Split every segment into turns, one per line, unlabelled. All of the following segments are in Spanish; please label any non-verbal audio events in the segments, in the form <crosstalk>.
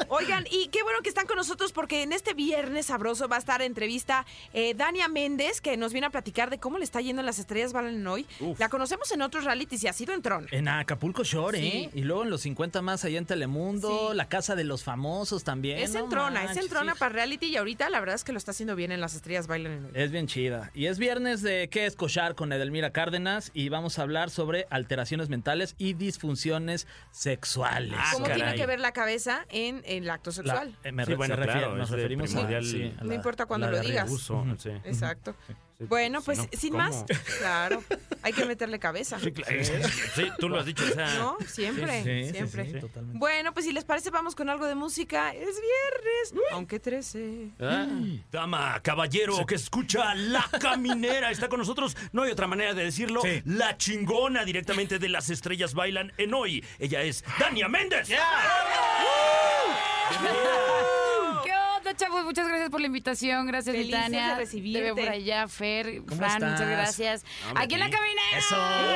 Oigan, y qué bueno que están con nosotros porque en este viernes sabroso va a estar entrevista eh, Dania Méndez, que nos viene a platicar de cómo le está yendo en las estrellas Valen hoy.
Uf.
La conocemos en otros realities y ha sido en Tron.
En Acapulco Shore,
Sí.
¿eh? Y luego en los 50 más allá en Telemundo,
Sí.
la casa de los famosos también.
es
No
entrona, es
manches,
entrona
sí.
para reality y ahorita la verdad es que lo está haciendo bien en las estrellas bailan hoy.
Es bien chida. Y es viernes de ¿Qué es cochar? con Edelmira Cárdenas y vamos a hablar sobre alteraciones mentales y disfunciones sexuales.
Ah,
¿Cómo tiene
caray.
que ver la cabeza en, en el acto
La-
sexual?
eh, me
Sí,
re-
bueno,
se refiere-
claro,
nos
es de
referimos a,
primordial
sí, a
No importa cuándo
la
lo
de
digas.
Uso, sí.
Exacto.
Sí,
Bueno,
si
pues
no,
sin
¿cómo?
más, claro, hay que meterle cabeza.
<laughs> Sí, claro. Sí, tú lo has dicho, o sea,
¿No? Siempre,
Sí, sí,
siempre.
sí, sí, totalmente.
Bueno, pues si les parece, vamos con algo de música. Es viernes, aunque 13.
¿Ah? Dama, caballero, que escucha la caminera, está con nosotros. No hay otra manera de decirlo.
Sí.
La chingona directamente de las estrellas bailan en hoy. Ella es Dania Méndez.
¿Qué onda, chavos? Muchas gracias por la invitación. Gracias,
Felices
Titania.
de recibirte.
Te veo por allá, Fer,
¿Cómo
Fran,
estás?
muchas gracias.
Hombre,
Aquí en la
sí.
caminera.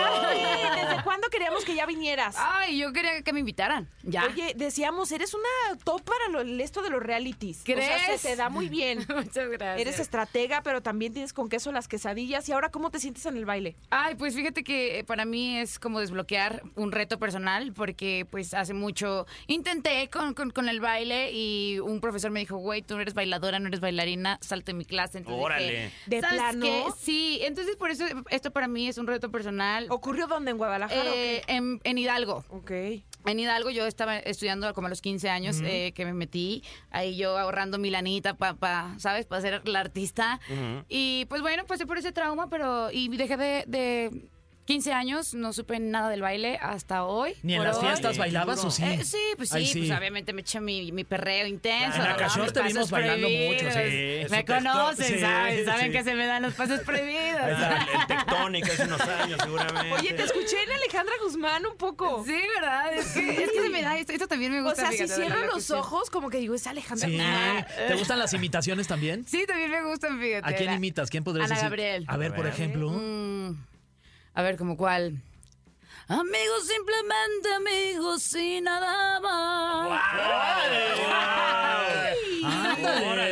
Ay, ¿Desde cuándo queríamos que ya vinieras?
Ay, yo quería que me invitaran. Ya.
Ah, Oye, decíamos, eres una top para lo- esto de los realities. O sea,
¿Crees?
se te da muy <laughs> bien.
<laughs> muchas gracias.
Eres estratega, pero también tienes con queso las quesadillas. ¿Y ahora cómo te sientes en el baile?
Ay, pues fíjate que eh, para mí es como desbloquear un reto personal porque pues hace mucho intenté con, con- con el baile y un profesor me dijo, güey, tú no eres bailadora, no eres bailarina, salte de mi clase. Entonces
Órale.
dije,
¿De
"¿Sabes
plano?
qué? Sí, entonces por eso esto para mí es un reto personal.
¿Ocurrió dónde? ¿En Guadalajara?
Eh, en, en Hidalgo.
o qué? Ok.
En Hidalgo yo estaba estudiando como a los 15 años eh, que me metí, ahí yo ahorrando mi lanita para, ¿sabes? Para ser la artista. Y pues bueno, pasé por ese trauma, pero... Y dejé de... de 15 años, no supe nada del baile hasta hoy.
¿Ni en
por
las
hoy.
fiestas bailabas o sí?
Eh, sí, pues sí,
Ay,
pues obviamente me eché mi, mi perreo intenso.
En la
¿no?
canción
Mis
te vimos
pasos
bailando mucho,
prohibidos.
sí.
Me
Su texto-
conocen,
sí,
¿sabes? Saben
sí.
que se me dan los pasos prohibidos.
Ahí está, el tectónico hace unos años, seguramente.
Oye, te escuché en Alejandra Guzmán un poco.
<laughs> Sí, ¿verdad? Es que, es que se me da esto, esto también me
o
gusta.
sea, si
fíjate, de la
cierro los
locución.
ojos, como que digo, es Alejandra
Sí.
Guzmán.
¿Te gustan las imitaciones también?
Sí, también me gustan, fíjate.
¿A quién
La-
imitas? ¿Quién podrías
Ana
decir?
Gabriel.
A ver, por
Ana Gabriel.
ejemplo.
Mm, a ver, ¿como cuál? Amigos, simplemente amigos y nada más.
Ándale.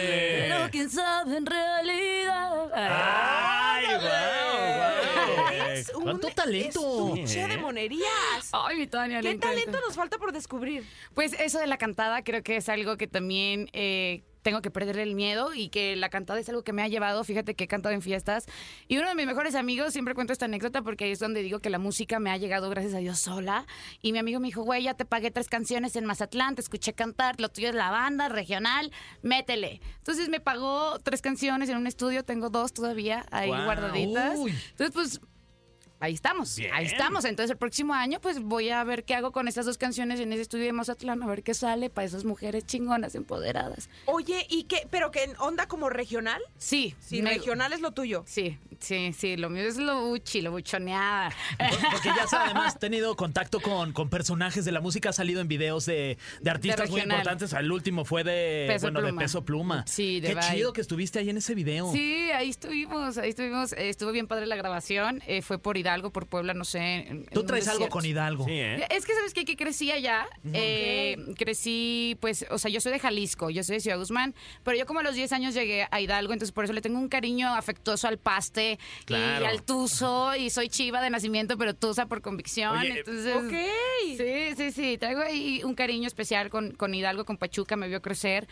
Pero quién sabe en realidad.
Ah.
¡Ay, guau, guau.
Es un
¿Cuánto talento?
estuche de monerías.
Ay, mi Tania, le
¿Qué
encanta.
talento nos falta por descubrir?
Pues eso de la cantada creo que es algo que también eh, tengo que perder el miedo y que la cantada es algo que me ha llevado. Fíjate que he cantado en fiestas y uno de mis mejores amigos siempre cuento esta anécdota porque ahí es donde digo que la música me ha llegado gracias a Dios sola. Y mi amigo me dijo, güey, ya te pagué tres canciones en Mazatlán, te escuché cantar, lo tuyo es la banda regional, métele. Entonces me pagó tres canciones en un estudio, tengo dos todavía ahí
Guau.
guardaditas.
Uy.
Entonces pues Ahí estamos,
Bien.
ahí estamos. Entonces el próximo año pues voy a ver qué hago con estas dos canciones en ese estudio de Mazatlán, a ver qué sale para esas mujeres chingonas, empoderadas.
Oye, ¿y qué? ¿Pero que en onda como regional?
Sí,
Sí,
me-
regional es lo tuyo.
Sí, sí, sí, lo mío es lo buchi,
<laughs>
lo buchoneada.
Porque ya has además tenido contacto con, con personajes de la música, has salido en videos de, de artistas muy
regional.
importantes. El último fue de
Peso
bueno,
Pluma.
de peso pluma.
Sí, de
Qué
Bye.
chido que estuviste ahí en ese video.
Sí, ahí estuvimos, ahí estuvimos. Eh, estuvo bien padre la grabación. eh, fue por Hidalgo, por Puebla, no sé. en- en
Tú
un
traes algo
desierto.
con Hidalgo.
Sí, ¿eh?
Es que sabes qué? que crecí allá, eh, crecí, pues, o sea, yo soy de Jalisco, yo soy de Ciudad Guzmán, pero yo como a los 10 años llegué a Hidalgo, entonces por eso le tengo un cariño afectuoso al paste
Claro.
y al tuzo, y soy chiva de nacimiento, pero tuza por convicción,
Oye,
entonces...
Ok.
Sí, sí, sí, traigo ahí un cariño especial con, con Hidalgo, con Pachuca, me vio crecer,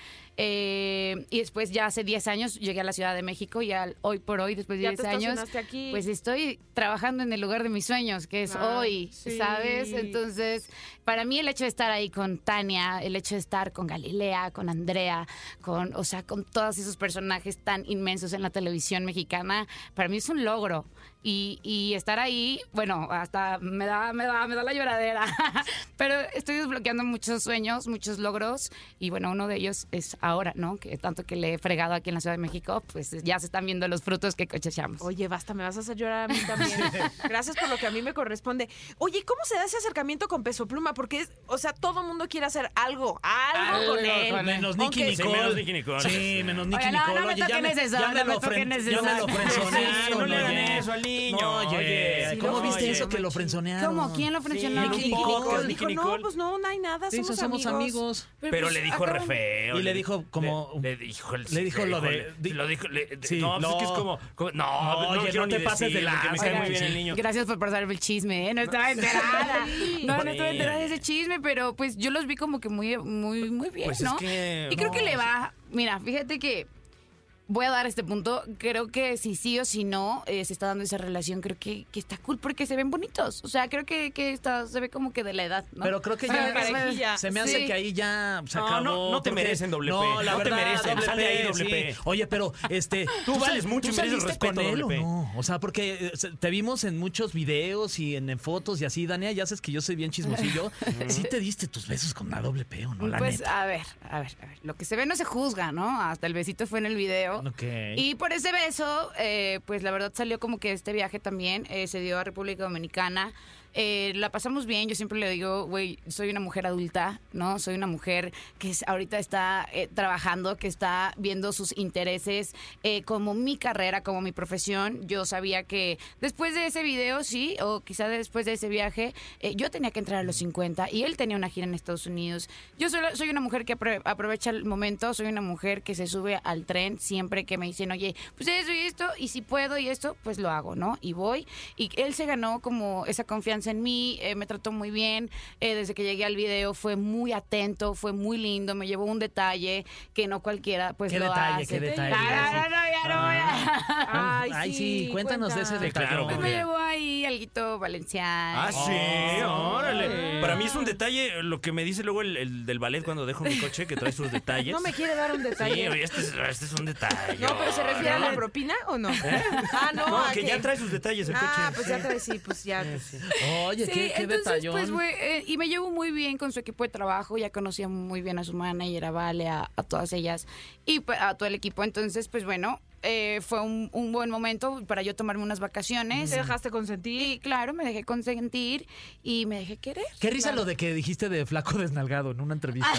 eh, y después ya hace 10 años llegué a la Ciudad de México y al- hoy por hoy, después de
Ya te
10 años,
estacionaste aquí.
pues estoy trabajando en el lugar de mis sueños, que es
Ah,
hoy,
sí.
¿sabes? Entonces, para mí el hecho de estar ahí con Tania, el hecho de estar con Galilea, con Andrea, con, o sea, con todos esos personajes tan inmensos en la televisión mexicana, para mí es un logro. Y, y estar ahí, bueno, hasta me da, me da, me da la lloradera. <laughs> Pero estoy desbloqueando muchos sueños, muchos logros. Y bueno, uno de ellos es ahora, ¿no? Que tanto que le he fregado aquí en la Ciudad de México, pues ya se están viendo los frutos que cosechamos.
Oye, basta, me vas a hacer llorar a mí también. <laughs> Gracias por lo que a mí me corresponde. Oye, ¿cómo se da ese acercamiento con Peso Pluma? Porque, es- o sea, todo mundo quiere hacer algo, algo,
Algo
con él.
con él.
Menos Nicky
Aunque-
Sí,
Nicole.
menos Nicki Nicole.
Sí, menos Nicky
Oye, no, no
Nicole.
me
Oye, ya
toquen
me, ya
esa,
me
no me
lo
toquen
fren-
esa.
ya me lo frenzonearon.
no le hagan
oye.
eso al niño,
No, oye,
oye,
¿cómo
sí,
viste
oye.
eso que lo frenzonearon?
¿Cómo? ¿Quién lo frencionó?
Nicky
Nicky
Nicole.
Nicole
Nicky
dijo, no,
Nicole.
pues no, no hay nada,
Sí,
somos,
somos amigos.
Pero
pues,
le dijo re
acaban-
feo.
Y le dijo como-
Le, le dijo el-
le dijo lo de-
le- lo dijo. le-
Sí,
no, pues es que es
no.
como. como- no,
No,
no,
oye,
quiero
no te
ni "Ah,
pases de
decirlo,
lanza,
porque me cae muy
sí,
bien
sí.
el niño.
Gracias por pasarme el chisme, ¿eh? No estaba enterada. No, no estaba
Sí.
enterada de ese chisme, pero pues yo los vi como que muy, muy, muy bien,
Pues es
¿no?
que,
y creo
no,
que le
sí.
va. Mira, fíjate que voy a dar este punto. Creo que si sí o si no eh, se está dando esa relación, creo que, que está cool porque se ven bonitos. O sea, creo que, que está, se ve como que de la edad, ¿no?
Pero creo que ya
Pero parejilla.
se me hace
Sí.
que ahí ya se
No,
acabó.
no, no te
porque-
merecen doble P.
No, la
No te
verdad,
merecen,
doble
sale ahí
P,
doble
sí.
P.
Oye, pero este,
<laughs> Tú vales
sal-
mucho y mereces
saliste
respeto,
con él
doble
o
P.
no? O sea, porque eh, se- te vimos en muchos videos y en, en fotos y así, Dania, ya sabes que yo soy bien
<laughs>
chismosillo. sí te diste tus besos con la doble P o no, la
pues
neta.
a ver, a ver, a ver. Lo que se ve no se juzga, ¿no? Hasta el besito fue en el video.
Ok.
Y por ese beso, eh, pues la verdad salió como que este viaje también eh, se dio a República Dominicana. Eh, la pasamos bien, yo siempre le digo, güey, soy una mujer adulta, ¿no? Soy una mujer que es- ahorita está eh, trabajando, que está viendo sus intereses eh, como mi carrera, como mi profesión. Yo sabía que después de ese video, sí, o quizá después de ese viaje, eh, yo tenía que entrar a los 50 y él tenía una gira en Estados Unidos. Yo solo- soy una mujer que apro- aprovecha el momento, soy una mujer que se sube al tren siempre que me dicen, oye, pues eso y esto, y si puedo y esto, pues lo hago, ¿no? Y voy. Y él se ganó como esa confianza en mí, eh, me trató muy bien. eh, desde que llegué al video fue muy atento, fue muy lindo, me llevó un detalle que no cualquiera, pues
¿Qué
lo
detalle,
hace.
qué detalle?
No, no, no, no, ya no voy a-
Ay,
Ay,
sí,
Ah, sí, cuéntanos de ese
cuenta.
detalle.
Sí, claro,
pues me
Hombre.
llevó ahí al fueguito, valenciano.
Ah, sí, órale. Para mí es un detalle eh, lo que me dice luego el, el del ballet cuando dejo mi coche, que trae sus detalles.
No me quiere dar un
Sí,
detalle.
oye, este es, este es un detalle.
no, pero se refiere a la propina o no? <laughs> Ah, no,
No,
¿a
que
qué?
ya trae sus detalles el
Ah,
coche.
pues ya trae, sí, pues ya.
Oye,
Sí,
qué, qué
entonces,
detallón.
pues, güey, eh, y me llevo muy bien con su equipo de trabajo, ya conocía muy bien a su manager, a Vale, a, a todas ellas y pues, a todo el equipo. Entonces, pues bueno, eh, fue un, un buen momento para yo tomarme unas vacaciones.
¿Te dejaste consentir?
Y claro, me dejé consentir y me dejé querer.
Qué risa lo de que dijiste de flaco desnalgado en una
<laughs>
entrevista.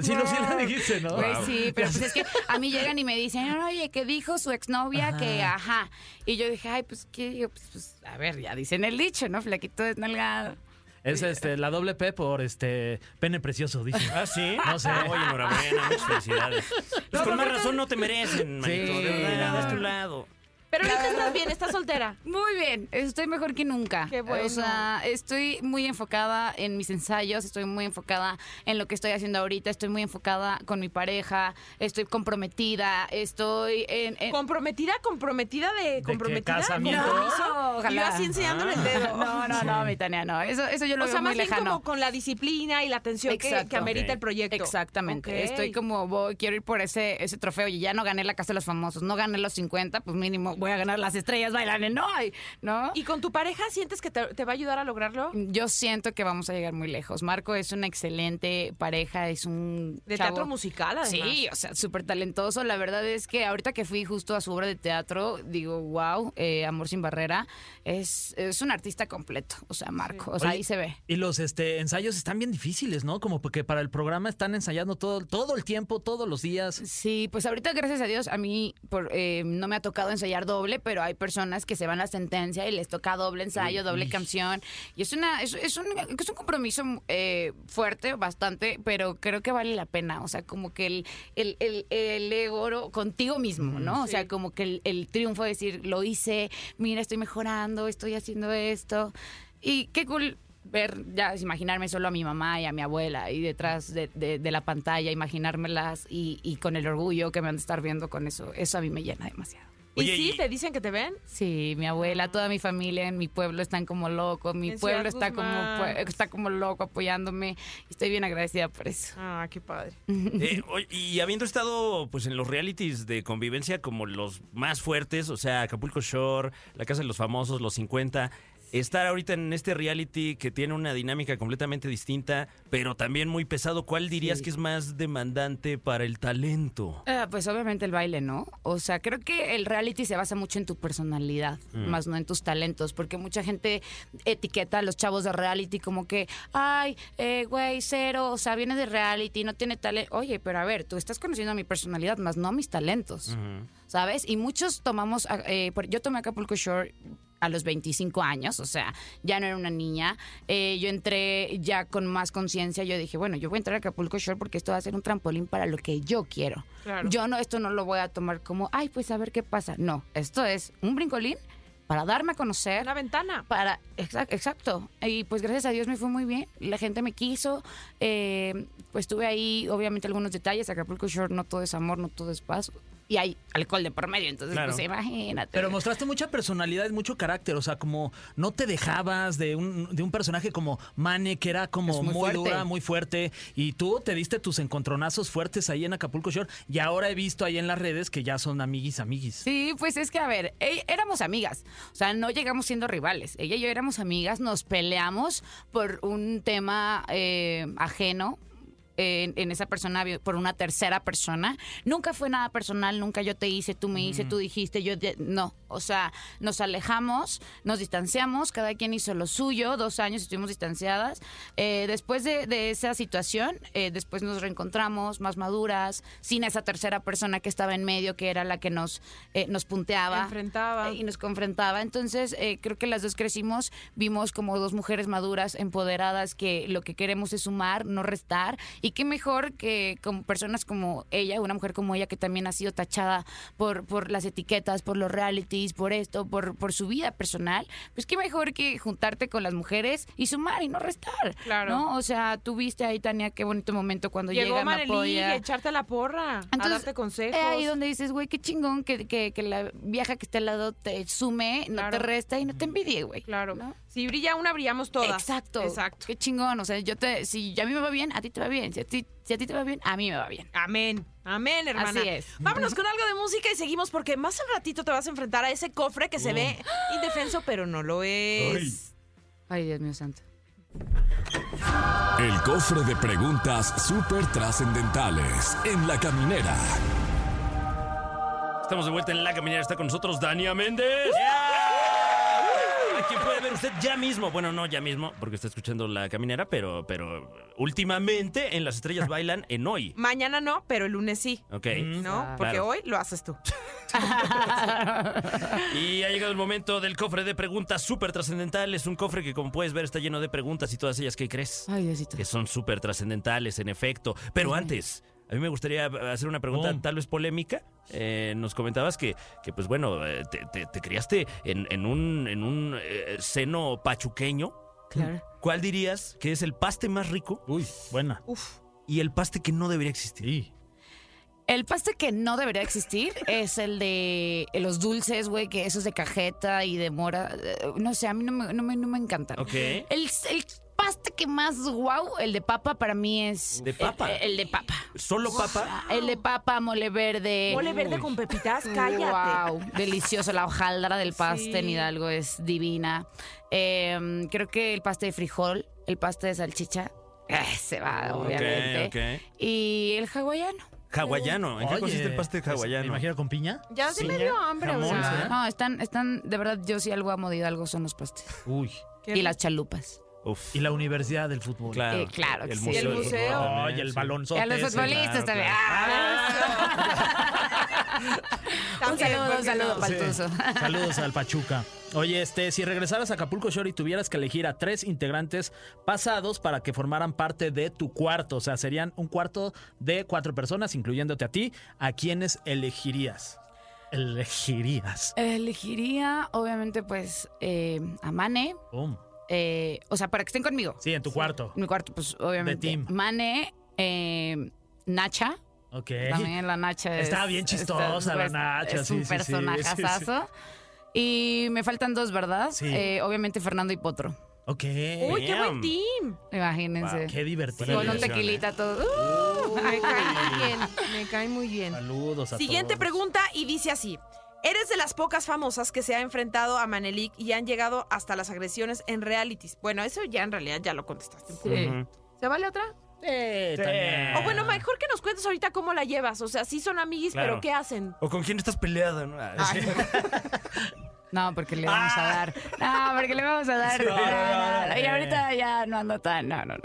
sí, no, sí la dijiste, ¿no?
Pues sí, pero pues es que a mí llegan y me dicen, oye, que dijo su exnovia que ajá. Y yo dije, ay, pues qué, Yo, pues, pues, a ver, ya dicen el dicho, ¿no? Flaquito desnalgado.
Es este, la doble P por este pene precioso, dice.
Ah, sí.
No sé.
Oye, enhorabuena, muchas felicidades. Pues con más razón no te merecen, manito.
Sí,
de verdad,
no.
haz tu lado.
Pero ahorita estás bien, estás soltera.
Muy bien, estoy mejor que nunca.
Qué bueno.
O sea, estoy muy enfocada en mis ensayos, estoy muy enfocada en lo que estoy haciendo ahorita, estoy muy enfocada con mi pareja, estoy comprometida, estoy en...
Eh.
en-
Comprometida, comprometida de
qué?
comprometida.
¿Casamiento?
compromiso.
No,
Y yo
ojalá.
así enseñándole el dedo.
<laughs> No, no, no, mi Tania, no. Eso, eso yo lo
O
veo
sea, más
muy
bien
lejano.
como con la disciplina y la atención que,
Exacto.
que amerita
Ok.
el proyecto.
Exactamente.
Ok.
Estoy como, voy, quiero ir por ese, ese trofeo. Y ya no gané la Casa de los Famosos, no gané los 50, pues mínimo voy a ganar las estrellas bailan en hoy, ¿no?
¿Y con tu pareja sientes que te, te va a ayudar a lograrlo?
yo siento que vamos a llegar muy lejos. Marco es una excelente pareja, es un
De
chavo-
teatro musical, además.
Sí, o sea, súper talentoso. La verdad es que ahorita que fui justo a su obra de teatro, digo, wow, eh, Amor sin Barrera, es, es un artista completo, o sea, Marco, o sea,
Oye,
Pues ahí se ve.
Y los este, ensayos están bien difíciles, ¿no? Como porque para el programa están ensayando todo, todo el tiempo, todos los días.
Sí, pues ahorita gracias a Dios a mí por, eh, no me ha tocado ensayar doble, pero hay personas que se van a sentencia y les toca doble ensayo, doble canción. Y es una es, es un, es un compromiso eh, fuerte, bastante, pero creo que vale la pena. O sea, como que el, el, el, el ego contigo mismo, ¿no? O sea, como que el, el triunfo de decir, lo hice, mira, estoy mejorando, estoy haciendo esto. Y qué cool ver, ya es imaginarme solo a mi mamá y a mi abuela y detrás de, de- de la pantalla, imaginármelas y, y con el orgullo que me van a estar viendo con eso, eso a mí me llena demasiado.
Oye,
¿Y sí
y-
te dicen que te ven?
Sí, mi abuela, toda mi familia en mi pueblo están como locos, mi
En
pueblo
Ciudad
está como,
Guzmán.
pue- está como loco apoyándome y estoy bien agradecida por eso.
Ah, qué padre.
Eh, oye, y habiendo estado pues en los realities de convivencia como los más fuertes, o sea, Acapulco Shore, La Casa de los Famosos, Los 50, estar ahorita en este reality que tiene una dinámica completamente distinta, pero también muy pesado, ¿cuál dirías que es más demandante para el talento?
Ah, pues obviamente el baile, ¿no? O sea, creo que el reality se basa mucho en tu personalidad, más no en tus talentos, porque mucha gente etiqueta a los chavos de reality como que, ay, eh, güey, cero, o sea, viene de reality, no tiene talento. Oye, pero a ver, tú estás conociendo mi personalidad, más no mis talentos, ¿sabes? Y muchos tomamos, ah, eh, por- yo tomé Acapulco Shore a los 25 años, o sea, ya no era una niña. Eh, yo entré ya con más conciencia. Yo dije, bueno, yo voy a entrar a Acapulco Shore porque esto va a ser un trampolín para lo que yo quiero.
Claro.
Yo no, esto no lo voy a tomar como, ay, pues a ver qué pasa. No, esto es un brincolín para darme a conocer.
Una ventana.
Para, exac- exacto, Y pues gracias a Dios me fue muy bien. La gente me quiso. eh, pues tuve ahí, obviamente, algunos detalles. Acapulco Shore no todo es amor, no todo es paz. Y hay alcohol de por medio, entonces,
Claro.
pues imagínate.
Pero mostraste mucha personalidad, y mucho carácter, o sea, como no te dejabas de un, de un personaje como Mane, que era como
Es muy
muy,
fuerte.
dura, muy fuerte, y tú te diste tus encontronazos fuertes ahí en Acapulco Shore, y ahora he visto ahí en las redes que ya son amiguis, amiguis.
Sí, pues es que, a ver, e- éramos amigas. O sea, no llegamos siendo rivales. Ella y yo éramos amigas, nos peleamos por un tema eh, ajeno. En, en esa persona, vi- por una tercera persona. Nunca fue nada personal, nunca yo te hice, tú me hice, tú dijiste, yo. te- No, o sea, nos alejamos, nos distanciamos, cada quien hizo lo suyo, dos años estuvimos distanciadas. Eh, después de, de esa situación, eh, después nos reencontramos más maduras, sin esa tercera persona que estaba en medio, que era la que nos, eh, nos punteaba.
Enfrentaba.
Eh, Y nos confrontaba. Entonces, eh, creo que las dos crecimos, vimos como dos mujeres maduras, empoderadas, que lo que queremos es sumar, no restar, y qué mejor que con personas como ella, una mujer como ella que también ha sido tachada por, por las etiquetas, por los realities, por esto, por, por su vida personal, pues qué mejor que juntarte con las mujeres y sumar y no restar.
Claro.
¿no? O sea, tuviste ahí, Tania, qué bonito momento cuando
Llegó
llega, me
Marely
apoya.
a echarte la porra, a darte consejos.
Es eh, ahí donde dices, güey, qué chingón que, que, que la vieja que está al lado te sume, no
Claro.
te resta y no te envidie, güey.
Claro.
¿no?
Si brilla una, brillamos todas.
Exacto.
Exacto.
Qué chingón. O sea, yo te, si a mí me va bien, a ti te va bien. Si a ti, si a ti te va bien, a mí me va bien.
Amén, amén, hermana.
Así es.
Vámonos con algo de música y seguimos porque más al ratito te vas a enfrentar a ese cofre que se ve indefenso, pero no lo es.
Ay, Dios mío santo.
El cofre de preguntas súper trascendentales en la caminera.
Estamos de vuelta en La Caminera. Está con nosotros Dania Méndez. A quien puede ver usted ya mismo. Bueno, no ya mismo, porque está escuchando La Caminera, pero, pero últimamente en Las Estrellas Bailan en hoy.
Mañana no, pero el lunes sí.
Ok.
¿No? Porque
Claro.
hoy lo haces tú.
Y ha llegado el momento del cofre de preguntas súper trascendentales. Un cofre que, como puedes ver, está lleno de preguntas y todas ellas, ¿qué crees?
Ay, Diosito.
Que son súper trascendentales, en efecto. Pero antes, a mí me gustaría hacer una pregunta
Boom.
tal vez polémica. Eh, nos comentabas que, que, pues bueno, eh, te, te- te criaste en, en un, en un eh, seno pachuqueño.
<laughs>
Claro.
¿Cuál dirías que es el paste más rico
Uy, buena.
Uf.
y el paste que no debería existir?
Sí.
El paste que no debería existir <laughs> es el de eh, los dulces, güey, que esos de cajeta y de mora. eh, No sé, a mí no me, no me, no me encantan.
Ok.
El, el paste que más guau, el de papa, para mí es.
¿De papa?
El, el de papa.
¿Solo papa?
El de papa, mole verde.
Mole verde con pepitas, cállate.
Wow, <laughs> delicioso. La hojaldra del paste en
Sí.
Hidalgo es divina. Eh, creo que el paste de frijol, el paste de salchicha, eh, se va, obviamente. Y el hawaiano.
Hawaiano. ¿En qué
Oye,
consiste el paste
pues,
hawaiano?
Me imagino con piña.
Ya se me dio hambre, o
jamón, ¿eh?
sea.
No, están, están, de verdad, yo sí algo amo de Hidalgo son los pastes.
Uy.
Qué
Y las chalupas.
Uf.
Y la universidad del fútbol.
Claro,
Eh, claro que sí.
Y Ah, el
del
museo.
fútbol
Ay,
también,
Ah, el
sí.
balón
Y a los futbolistas también. Ah, un
También,
saludo, un
porque
saludo,
no.
Paltuso.
Saludos al Pachuca. Oye, este, si regresaras a Acapulco Shore y tuvieras que elegir a tres integrantes pasados para que formaran parte de tu cuarto, o sea, serían un cuarto de cuatro personas, incluyéndote a ti, ¿a quiénes elegirías? Elegirías.
Elegiría, obviamente, pues, eh, a Mane.
Pum.
eh, o sea, para que estén conmigo.
Sí, en tu cuarto.
Mi cuarto, pues obviamente.
team.
Mane, eh, Nacha.
Ok.
También la Nacha es-
Está bien chistosa
está-
la
es-
Nacha,
Es
sí,
un
sí, sí,
personajazazo. Y me faltan dos, ¿verdad?
Sí.
Eh, obviamente Fernando y Potro.
Ok.
Uy, qué buen
Damn.
team.
Imagínense.
Wow,
Qué divertido.
Con
buena
un
elección,
tequilita todo. Uh.
Me cae muy bien. Me cae muy bien.
Saludos a
Siguiente
todos.
pregunta y dice así. Eres de las pocas famosas que se ha enfrentado a Manelik y han llegado hasta las agresiones en realities. Bueno, eso ya en realidad ya lo contestaste.
Sí.
¿Se vale otra?
Eh, también.
O Oh, bueno, mejor que nos cuentes ahorita cómo la llevas. O sea, sí son amiguis,
Claro.
pero ¿qué hacen?
¿O con quién estás peleado? ¿no? Ah, sí.
No, porque le vamos
Ah.
a dar. No, porque
<laughs>
le vamos a dar. No, no, no. Y ahorita ya no ando tan. No, no, no.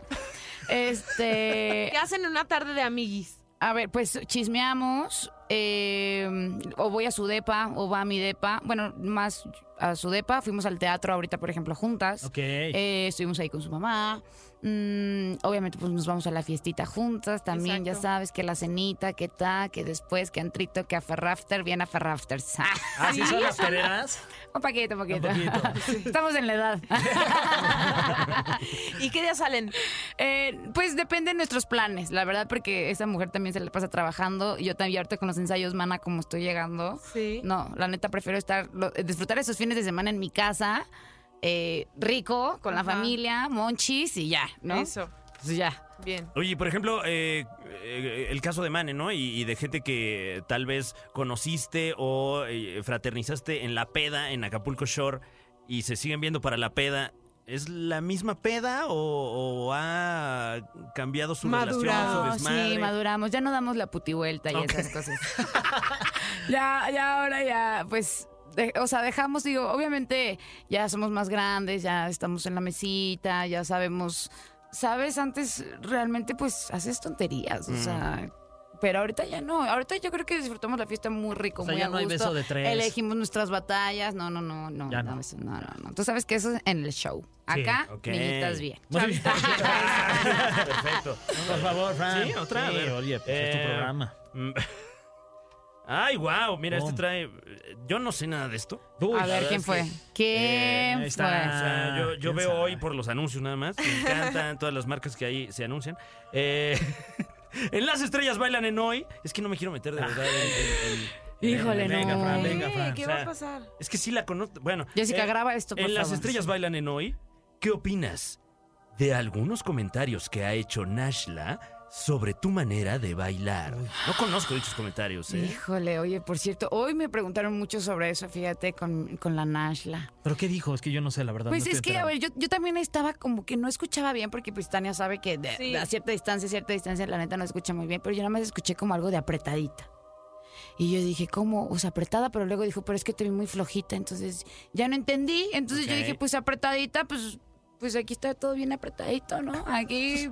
Este.
¿Qué hacen en una tarde de amiguis?
A ver, pues chismeamos, eh, o voy a su depa, o va a mi depa. Bueno, más a su depa. Fuimos al teatro ahorita, por ejemplo, juntas.
Ok.
Eh, estuvimos ahí con su mamá. Mm, obviamente, pues nos vamos a la fiestita juntas también. Ya
Exacto.
sabes que la cenita, que ta, que después, que antrito, que a Ferrafter, bien a Ferrafters. <laughs>
Ah, ¿sí son las pereras?
un poquito, un poquito.
Un
<laughs>
poquito.
Estamos en la edad.
¿Y qué día salen?
Eh, pues depende de nuestros planes, la verdad, porque esa mujer también se la pasa trabajando. y Yo también ahorita con los ensayos, mana, como estoy llegando.
Sí.
No, la neta prefiero estar, lo- eh, disfrutar esos fines de semana en mi casa, eh, rico, con
Ajá.
la familia, monchis y ya, ¿no?
Eso.
Pues ya.
Bien.
Oye, por ejemplo, eh, eh, el caso de Mane, ¿no? Y, y de gente que tal vez conociste o eh, fraternizaste en la peda en Acapulco Shore y se siguen viendo para la peda. ¿Es la misma peda o, o ha cambiado su
Madurado,
relación, su desmadre?
sí, maduramos, ya no damos la putivuelta y
<laughs>
esas cosas. ya, ya ahora ya, pues, de- o sea, dejamos, digo, obviamente ya somos más grandes, ya estamos en la mesita, ya sabemos, sabes, antes realmente pues haces tonterías, o
Mm.
sea... Pero ahorita ya no, ahorita yo creo que disfrutamos la fiesta muy rico,
O sea,
muy
ya
a
no hay
gusto.
beso de tres.
Elegimos nuestras batallas, no, no, no, no,
Ya
no,
no.
eso- no, no, no. Tú sabes que eso es en el show.
Sí,
Acá,
ok.
niñitas bien.
Muy bien.
Ah, Perfecto.
Por favor, Fran.
Sí, otra.
Sí,
a ver.
oye, pues es tu
Eh,
programa.
mm, <laughs> Ay, wow, mira,
Boom.
este trae. Yo no sé nada de esto.
Uy,
a
la
ver,
verdad
¿quién
es
fue?
que-
¿Quién
Eh, ahí
O
está.
fue?
sea,
Ah,
yo yo
quién
veo
sabe.
hoy por los anuncios nada más. Me encantan todas las marcas que ahí se anuncian. Eh, <laughs> en las estrellas bailan en hoy. Es que no me quiero meter de verdad en. en- en-
Híjole,
en-
no.
Venga,
Eh,
Fran,
¿Qué
o
va
sea,
a pasar?
Es que sí la conozco. Bueno. eh,
Jessica, graba esto, por
En las
favor.
estrellas bailan en hoy. ¿Qué opinas de algunos comentarios que ha hecho Nashla sobre tu manera de bailar? No conozco dichos comentarios, ¿eh?
Híjole, oye, por cierto, hoy me preguntaron mucho sobre eso, fíjate, con, con la Nashla.
¿Pero qué dijo? Es que yo no sé, la verdad.
Pues
no
es
estoy
que, a
enterado.
ver, yo, yo también estaba como que no escuchaba bien, porque pues Tania sabe que de-
Sí.
de a cierta distancia, cierta distancia, la neta no escucha muy bien, pero yo nada más escuché como algo de apretadita. Y yo dije, ¿cómo? O sea, apretada, pero luego dijo, pero es que te vi muy flojita, entonces ya no entendí. Entonces yo
Ok.
dije, pues apretadita, pues... Pues aquí está todo bien apretadito, ¿no? Aquí,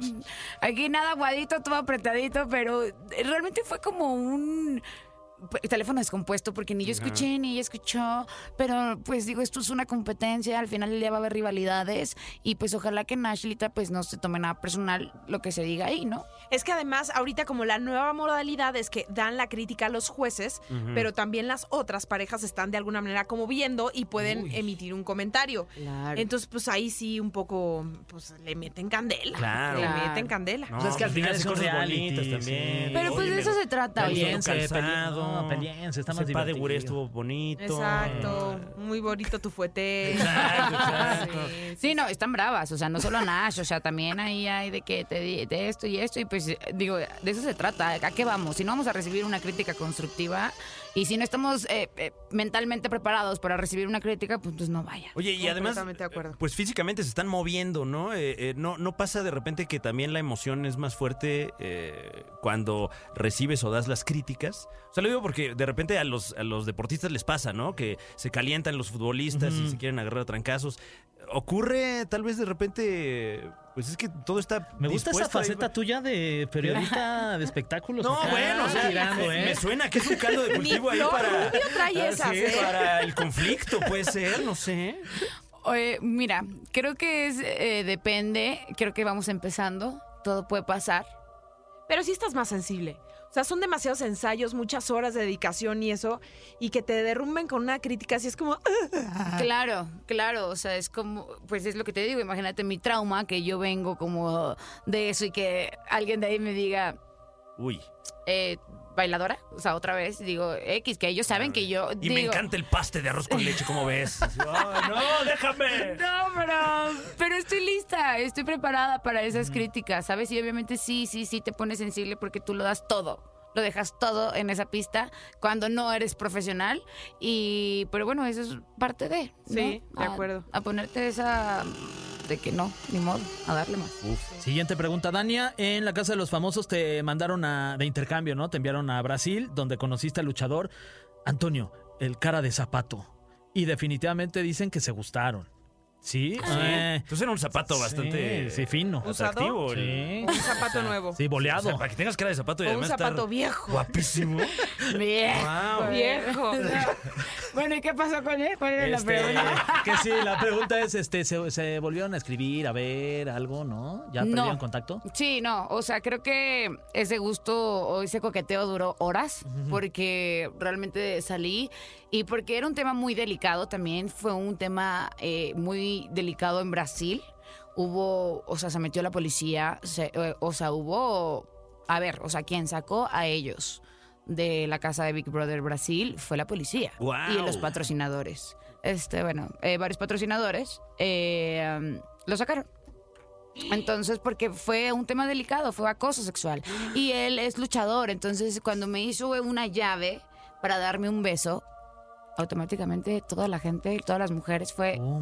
aquí nada aguadito, todo apretadito, pero realmente fue como un p- teléfono descompuesto porque ni yo escuché ni ella escuchó, pero pues digo, esto es una competencia, al final del día va a haber rivalidades y pues ojalá que Nashlita pues no se tome nada personal lo que se diga ahí, ¿no?
Es que además, ahorita como la nueva modalidad es que dan la crítica a los jueces, pero también las otras parejas están de alguna manera como viendo y pueden emitir un comentario.
Claro.
Entonces, pues ahí sí un poco, pues le meten candela.
Claro.
Le
Claro.
meten candela.
No,
O sea, es que al
pues,
final
hace
es un
cosas
reality,
bonitas
sí.
también.
Pero pues
Oye,
de eso
me-
se trata,
Está
oye.
bien. Peliense,
calzado.
peli- no, peliense, está más
Ese pa de Guré
divertido.
estuvo bonito.
Exacto. Muy bonito tu fuete.
Exacto, exacto.
Sí, no, están bravas, o sea, no solo Nash, o sea, también ahí hay de que te di- de esto y esto, y pues eh, digo, de eso se trata, ¿a qué vamos? Si no vamos a recibir una crítica constructiva y si no estamos eh, eh, mentalmente preparados para recibir una crítica, pues, pues no vaya.
Oye, y además,
Completamente de acuerdo.
eh, pues físicamente se están moviendo, ¿no? Eh, eh, ¿no? No pasa de repente que también la emoción es más fuerte eh, cuando recibes o das las críticas. O sea, lo digo porque de repente a los, a los deportistas les pasa, ¿no? Que se calientan los futbolistas y se quieren agarrar a trancazos. Ocurre tal vez de repente, pues es que todo está...
Me gusta esa
dispuesto ahí.
faceta tuya de periodista de espectáculos.
No,
Ah,
acá,
bueno, o sea,
tirando,
me-
¿eh?
me suena que es un caldo de cultivo ahí
Flor
para... Ah,
Rubio trae esas,
Sí,
¿eh?
para el conflicto, puede ser, no sé.
Oye, mira, creo que es eh, depende, creo que vamos empezando, todo puede pasar.
Pero sí estás más sensible. O sea, son demasiados ensayos, muchas horas de dedicación y eso, y que te derrumben con una crítica, así es como, "Ah,
Claro, claro, o sea, es como, pues es lo que te digo, imagínate mi trauma, que yo vengo como de eso y que alguien de ahí me diga,
Uy.
eh, bailadora, o sea, otra vez, digo, X, que ellos saben que yo...
Y
digo,
me encanta el paste de arroz con leche,
<laughs>
¿cómo ves? Así, "Ay, no, déjame.
No, pero, pero estoy lista, estoy preparada para esas críticas, ¿sabes? Y obviamente sí, sí, sí te pones sensible porque tú lo das todo. Lo dejas todo en esa pista cuando no eres profesional. Y, pero bueno, eso es parte de. ¿no?
Sí, de
A-
acuerdo.
A, ponerte esa de que no, ni modo, a darle más.
Siguiente pregunta, Dania. En la casa de los famosos te mandaron a, de intercambio, ¿no? Te enviaron a Brasil, donde conociste al luchador Antonio, el cara de zapato. Y definitivamente dicen que se gustaron. ¿Sí? Eh,
Entonces era un zapato bastante
Sí, sí, fino.
Usado.
atractivo. el-
Sí.
un zapato nuevo.
Sí,
O sea,
boleado.
para que tengas cara de zapato y
O un
además estar
zapato viejo. <laughs>
Guapísimo. Wow.
Viejo.
bueno, ¿y qué pasó con él? ¿Cuál era
Este, <laughs> que sí, la pregunta es, este, ¿se, se volvieron a escribir, a ver, algo, no? ¿Ya
No.
perdieron contacto?
Sí, no, o sea, creo que ese gusto o ese coqueteo duró horas porque realmente salí y porque era un tema muy delicado también, fue un tema eh, muy delicado en Brasil, hubo, o sea, se metió la policía, se- eh, o sea, hubo, a ver, o sea, quien sacó a ellos de la casa de Big Brother Brasil fue la policía
Guau.
y los patrocinadores. Este, bueno, eh, varios patrocinadores eh, um, lo sacaron. Entonces, porque fue un tema delicado, fue acoso sexual. Y él es luchador, entonces cuando me hizo una llave para darme un beso, automáticamente toda la gente, todas las mujeres fue,
Oh.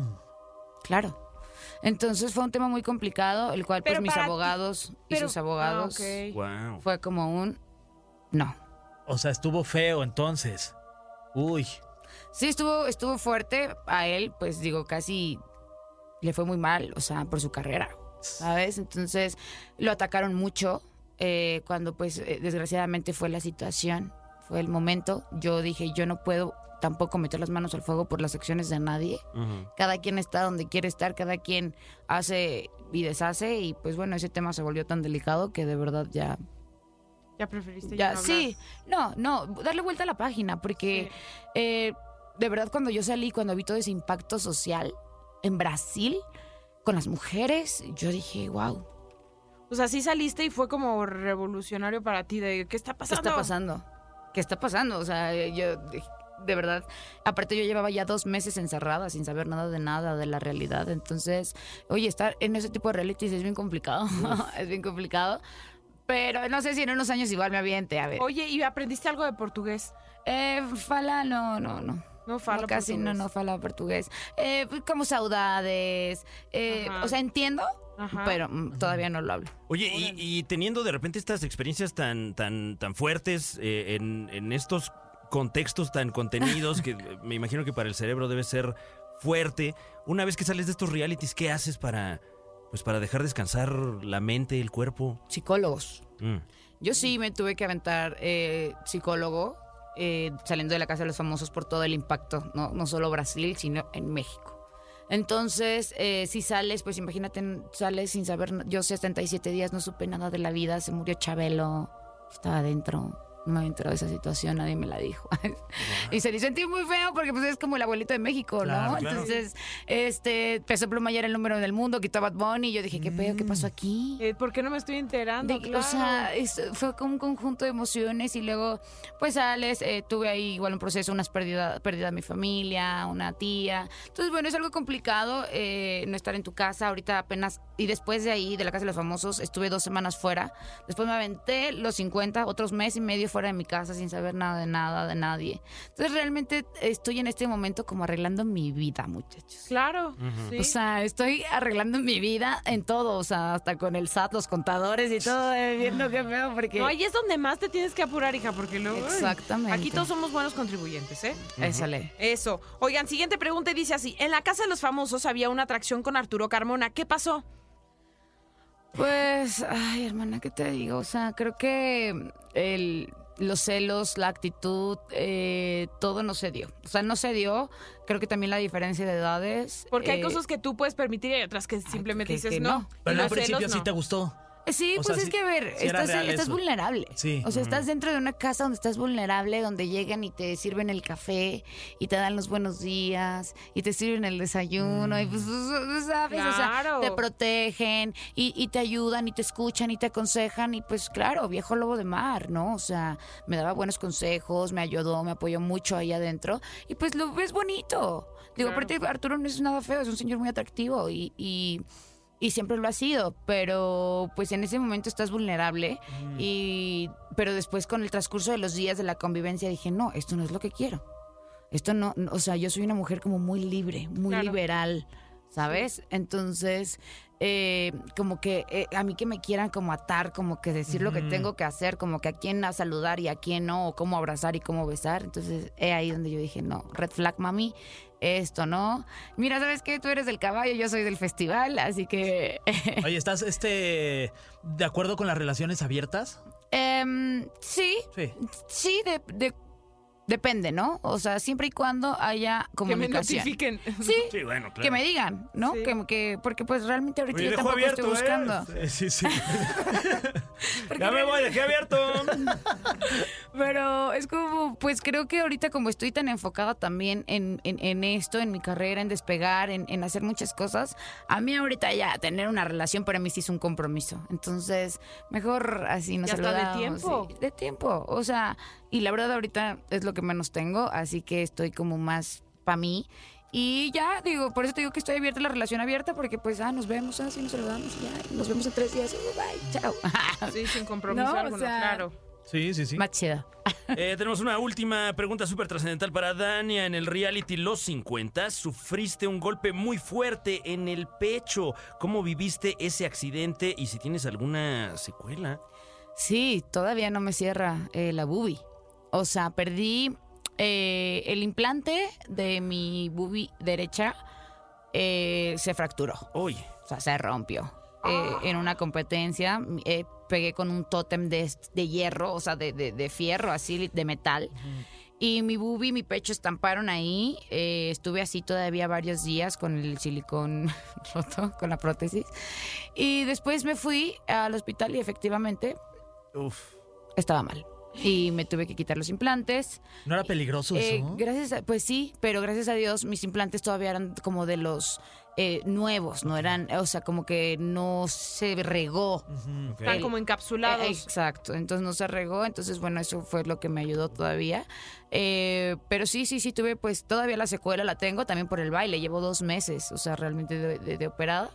claro. Entonces fue un tema muy complicado, el cual pues
Pero
mis
para ti-
abogados y
pero-
sus abogados
Ah, ok.
Wow.
fue como un no.
O sea, estuvo feo entonces. Uy.
Sí, estuvo, estuvo fuerte. A él, pues digo, casi le fue muy mal, o sea, por su carrera, ¿sabes? Entonces lo atacaron mucho eh, cuando, pues, eh, desgraciadamente fue la situación. fue el momento. Yo dije, yo no puedo tampoco meter las manos al fuego por las acciones de nadie. Cada quien está donde quiere estar, cada quien hace y deshace y pues bueno, ese tema se volvió tan delicado que de verdad ya
Ya preferiste
ya,
no hablar.
sí, no, no, darle vuelta a la página, porque eh, de verdad cuando yo salí, cuando vi todo ese impacto social en Brasil con las mujeres, yo dije, wow,
O sea, sí saliste y fue como revolucionario para ti de ¿qué está
¿qué
pasando?
está pasando? ¿Qué está pasando? O sea, eh, yo de- de verdad, aparte yo llevaba ya dos meses encerrada sin saber nada de nada de la realidad, entonces, oye, estar en ese tipo de realities es bien complicado, <laughs> es bien complicado, pero no sé si en unos años igual me aviente, a ver.
Oye, ¿y aprendiste algo de portugués?
Eh, fala, no, no, no.
No falo
No, casi
portugués.
no, no fala portugués. Eh, pues, como saudades. eh,
Ajá.
o sea, entiendo,
Ajá.
pero mm, todavía no lo hablo.
Oye, y, y teniendo de repente estas experiencias tan, tan, tan fuertes eh, en, en estos contextos tan contenidos, que eh, me imagino que para el cerebro debe ser fuerte, una vez que sales de estos realities, ¿qué haces para, pues, para dejar descansar la mente, el cuerpo?
Psicólogos.
Mm.
Yo sí me tuve que aventar eh, psicólogo eh, saliendo de la casa de los famosos por todo el impacto, no, no solo Brasil, sino en México. Entonces, eh, si sales, pues imagínate, n- sales sin saber, n- yo 77 días no supe nada de la vida, se murió Chabelo, estaba adentro, no me enterado de esa situación, nadie me la dijo. <laughs> y se le sentí muy feo porque pues es como el abuelito de México,
Claro,
¿no?
claro.
Entonces, este, Peso Pluma ya era el número del mundo, quitó a Bad Bunny, y yo dije, ¿qué
Mm.
pedo? ¿Qué pasó aquí?
Eh, ¿Por qué no me estoy enterando?
De-
Claro.
O sea, es- fue como un conjunto de emociones y luego, pues, sales, eh, tuve ahí igual un proceso, unas pérdidas, pérdida de mi familia, una tía. Entonces, bueno, es algo complicado eh, no estar en tu casa. Ahorita apenas, y después de ahí, de la casa de los famosos, estuve dos semanas fuera. Después me aventé los 50, otros mes y medio fuera de mi casa sin saber nada de nada, de nadie. Entonces, realmente estoy en este momento como arreglando mi vida, muchachos.
claro. sí.
O sea, estoy arreglando mi vida en todo, o sea, hasta con el SAT, los contadores y todo, eh, viendo qué feo, porque...
No, ahí es donde más te tienes que apurar, hija, porque luego. ay,
Exactamente.
Aquí todos somos buenos contribuyentes, ¿eh?
Échale.
Eso. Oigan, siguiente pregunta y dice así: En la casa de los famosos había una atracción con Arturo Carmona. ¿Qué pasó?
Pues, ay, hermana, ¿qué te digo? O sea, creo que el, los celos, la actitud, eh, todo no se dio. O sea, no se dio. Creo que también la diferencia de edades.
Porque hay
eh,
cosas que tú puedes permitir y hay otras que simplemente
que-
dices
que
no.
no.
Y
Pero al
los celos,
principio sí
no.
te
<laughs>
gustó.
Sí,
O
pues
sea,
es
sí-
que a ver,
sí era
estás,
real
estás
eso.
vulnerable.
Sí.
O sea, estás dentro de una casa donde estás vulnerable, donde llegan y te sirven el café y te dan los buenos días y te sirven el desayuno y
Mm.
pues, pues, pues, sabes, o sea,
Claro.
te protegen y, y te ayudan y te escuchan y te aconsejan y pues claro, viejo lobo de mar, ¿no? O sea, me daba buenos consejos, me ayudó, me apoyó mucho ahí adentro y pues lo ves bonito. Digo, aparte Arturo no es nada feo, es un señor muy atractivo y- y y siempre lo ha sido, pero pues en ese momento estás vulnerable y pero después con el transcurso de los días de la convivencia dije, "No, esto no es lo que quiero." Esto no, no- o sea, yo soy una mujer como muy libre, muy
Claro.
liberal, ¿sabes? Entonces, eh, como que eh, a mí que me quieran como atar, como que decir lo que tengo que hacer, como que a quién a saludar y a quién no, o cómo abrazar y cómo besar. Entonces, es ahí donde yo dije, no, red flag, mami, esto no. Mira, ¿sabes qué? Tú eres del caballo, yo soy del festival, así que... <laughs>
Oye, ¿estás este de acuerdo con las relaciones abiertas?
Em, sí,
Sí.
sí, de- de- depende, ¿no? O sea, siempre y cuando haya
Que me
comunicación. <laughs>
notifiquen.
<laughs>
Sí,
Sí, bueno, claro.
que me digan, ¿no?
Sí.
Que, que- porque pues realmente ahorita
Oye,
yo
dejó
tampoco estoy
abierto,
buscando.
¿eh?
Sí, sí.
Porque <laughs>
Ya me voy, dejé abierto.
Pero es como, pues creo que ahorita como estoy tan enfocada también en, en- en esto, en mi carrera, en despegar, en, en hacer muchas cosas, a mí ahorita ya tener una relación para mí sí es un compromiso. Entonces, mejor así nos
Y hasta de
saludamos.
tiempo.
sí, de tiempo, o sea, y la verdad ahorita es lo que menos tengo, así que estoy como más para mí. Y ya, digo, por eso te digo que estoy abierta a la relación abierta, porque pues, ah, nos vemos, ah, sí, nos saludamos, y ya, nos vemos en tres días, oh, bye, chao. <laughs>
Sí, sin compromiso
No, o
alguno,
sea,
claro.
Sí, sí, sí.
Más chido.
Eh, tenemos una última pregunta súper trascendental para Dania. En el reality Los 50 sufriste un golpe muy fuerte en el pecho. ¿Cómo viviste ese accidente y si tienes alguna secuela?
Sí, todavía no me cierra eh, la boobie. O sea, perdí eh, el implante de mi boobie derecha, eh, se fracturó,
Oye,
<laughs>
o sea, se rompió. eh, en una competencia. Eh, pegué con un tótem de, de hierro, o sea, de, de- de fierro, así, de metal. Y mi boobie, mi pecho estamparon ahí. Eh, estuve así todavía varios días con el silicón <laughs> roto, con la prótesis. Y después me fui al hospital y efectivamente
Uf.
estaba mal. Y me tuve que quitar los implantes.
¿No era peligroso
Eh,
eso?
gracias a- pues sí, pero gracias a Dios mis implantes todavía eran como de los eh, nuevos, no eran, o sea, como que no se regó.
ok.
Tal
Están como encapsulados.
Eh, Exacto, entonces no se regó, entonces bueno, eso fue lo que me ayudó todavía. Eh, pero sí, sí, sí, tuve pues todavía la secuela, la tengo también por el baile, llevo dos meses, o sea, realmente de, de- de operada.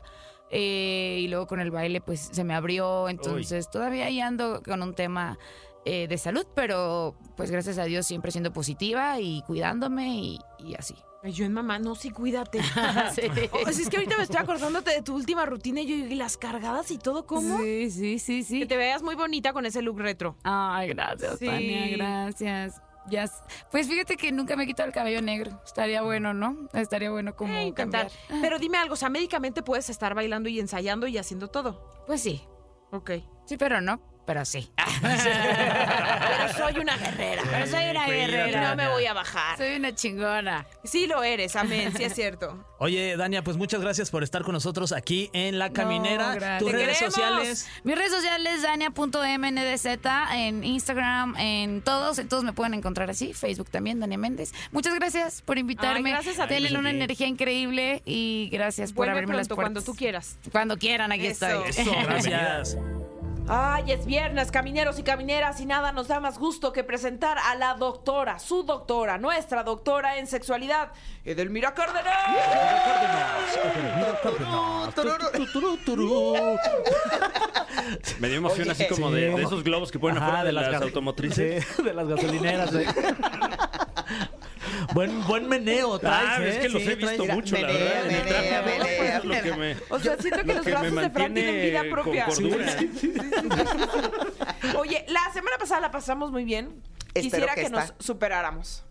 Eh, y luego con el baile pues se me abrió, entonces todavía ahí ando con un tema eh, de salud, pero pues gracias a Dios siempre siendo positiva y cuidándome y, y así.
Ay, Yo en mamá, no, sí,
<laughs>
<laughs>
cuídate.
Sí.
O sea, es que ahorita me estoy acordándote de tu última rutina y yo y las cargadas y todo, ¿cómo?
Sí, sí, sí, sí.
Que te veas muy bonita con ese look retro.
Ay, gracias,
Sí.
Tania, gracias. Ya, s- pues fíjate que nunca me he quitado el cabello negro. Estaría bueno, ¿no? Estaría bueno como
Eh,
cambiar. <laughs>
intentar. Pero dime algo, o sea, médicamente puedes estar bailando y ensayando y haciendo todo.
Pues sí,
Ok.
sí, pero no, pero sí.
<laughs>
<laughs>
Pero soy una guerrera.
Pero soy una guerrera.
No me voy a bajar.
Soy una chingona.
Sí lo eres, amén, sí es cierto.
<laughs>
Oye, Dania, pues muchas gracias por estar con nosotros aquí en La
No,
Caminera.
gracias.
Tus
Te
redes
queremos.
sociales.
Mis redes sociales, dania.mndz, en Instagram, en todos, en todos me pueden encontrar así, Facebook también, Dania Méndez. Muchas gracias por invitarme.
Ay, gracias a ti.
Tienen una energía increíble y gracias por
Vuelve
abrirme las
pronto,
puertas.
cuando tú quieras.
Cuando quieran, aquí
Eso.
estoy.
Eso, bienvenida.
Gracias.
Ay, es viernes, camineros y camineras, y nada nos da más gusto que presentar a la doctora, su doctora, nuestra doctora en sexualidad, Edelmira Cárdenas.
Me dio emoción
Oye.
así como de, de esos globos que ponen
Ajá,
afuera de, las,
gas-
automotrices.
Sí, de las gasolineras. eh. buen, buen meneo traes,
Ah, es
¿eh?
que los
Sí,
he visto
traes-
mucho, la
menea,
verdad. en el
menea,
tráfico,
menea,
¿no? Eso <laughs> es lo que me-
O sea, siento que
lo
los
que me
brazos de Fran tienen vida
mantiene
propia.
con cordura.
Oye, la semana pasada la pasamos muy bien.
Espero
Quisiera que,
que
nos
esta.
superáramos.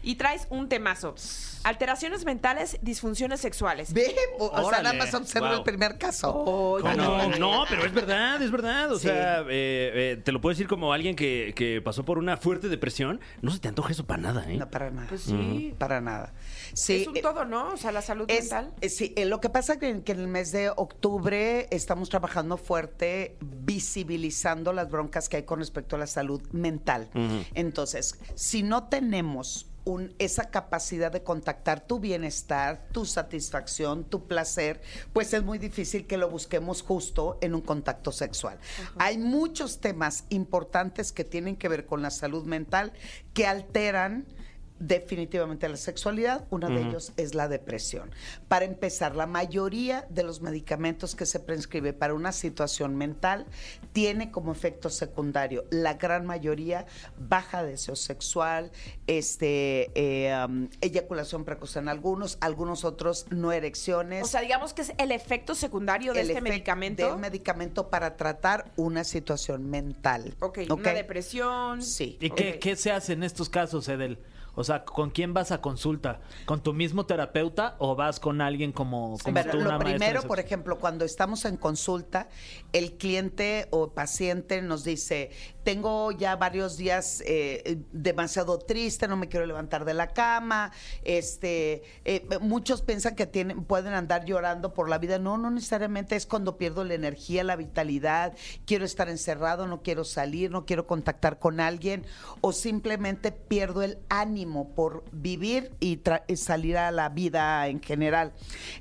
Y traes un temazo. Alteraciones mentales, disfunciones sexuales.
Ve, o, o sea, nada
Órale,
más observa
wow.
el primer caso.
¿Cómo? No, no, pero es verdad, es verdad. O
Sí.
sea, eh, eh, te lo puedo decir como alguien que, que pasó por una fuerte depresión. No se te antoja eso para nada, ¿eh?
No, para nada. Mm.
Pues sí.
Para nada. Sí,
Es un todo, ¿no? O sea, la salud
eh, Es-
mental.
eh, sí, eh, lo que pasa es que, que en el mes de octubre estamos trabajando fuerte visibilizando las broncas que hay con respecto a la salud mental. Entonces, si no tenemos un- esa capacidad de contactar tu bienestar, tu satisfacción, tu placer, pues es muy difícil que lo busquemos justo en un contacto sexual. Hay muchos temas importantes que tienen que ver con la salud mental que alteran definitivamente la sexualidad, uno de ellos es la depresión. Para empezar, la mayoría de los medicamentos que se prescribe para una situación mental tiene como efecto secundario, la gran mayoría, baja deseo sexual, este, eh, am, eyaculación precoz en algunos, algunos otros no erecciones
O sea, digamos que es el efecto secundario de
el
este
efecto
medicamento.
Del medicamento para tratar una situación mental.
ok,
¿ok?
una depresión.
Sí.
¿Y qué, qué se hace en estos casos, Edel? O sea, ¿con quién vas a consulta? ¿Con tu mismo terapeuta o vas con alguien como, como
Pero
tú, una
lo
maestra de
primero,
sexo?
por ejemplo, cuando estamos en consulta, el cliente o paciente nos dice, tengo ya varios días eh, demasiado triste, no me quiero levantar de la cama, este, eh, muchos piensan que tienen, pueden andar llorando por la vida, no, no necesariamente es cuando pierdo la energía, la vitalidad, quiero estar encerrado, no quiero salir, no quiero contactar con alguien, o simplemente pierdo el ánimo por vivir y, tra- y salir a la vida en general.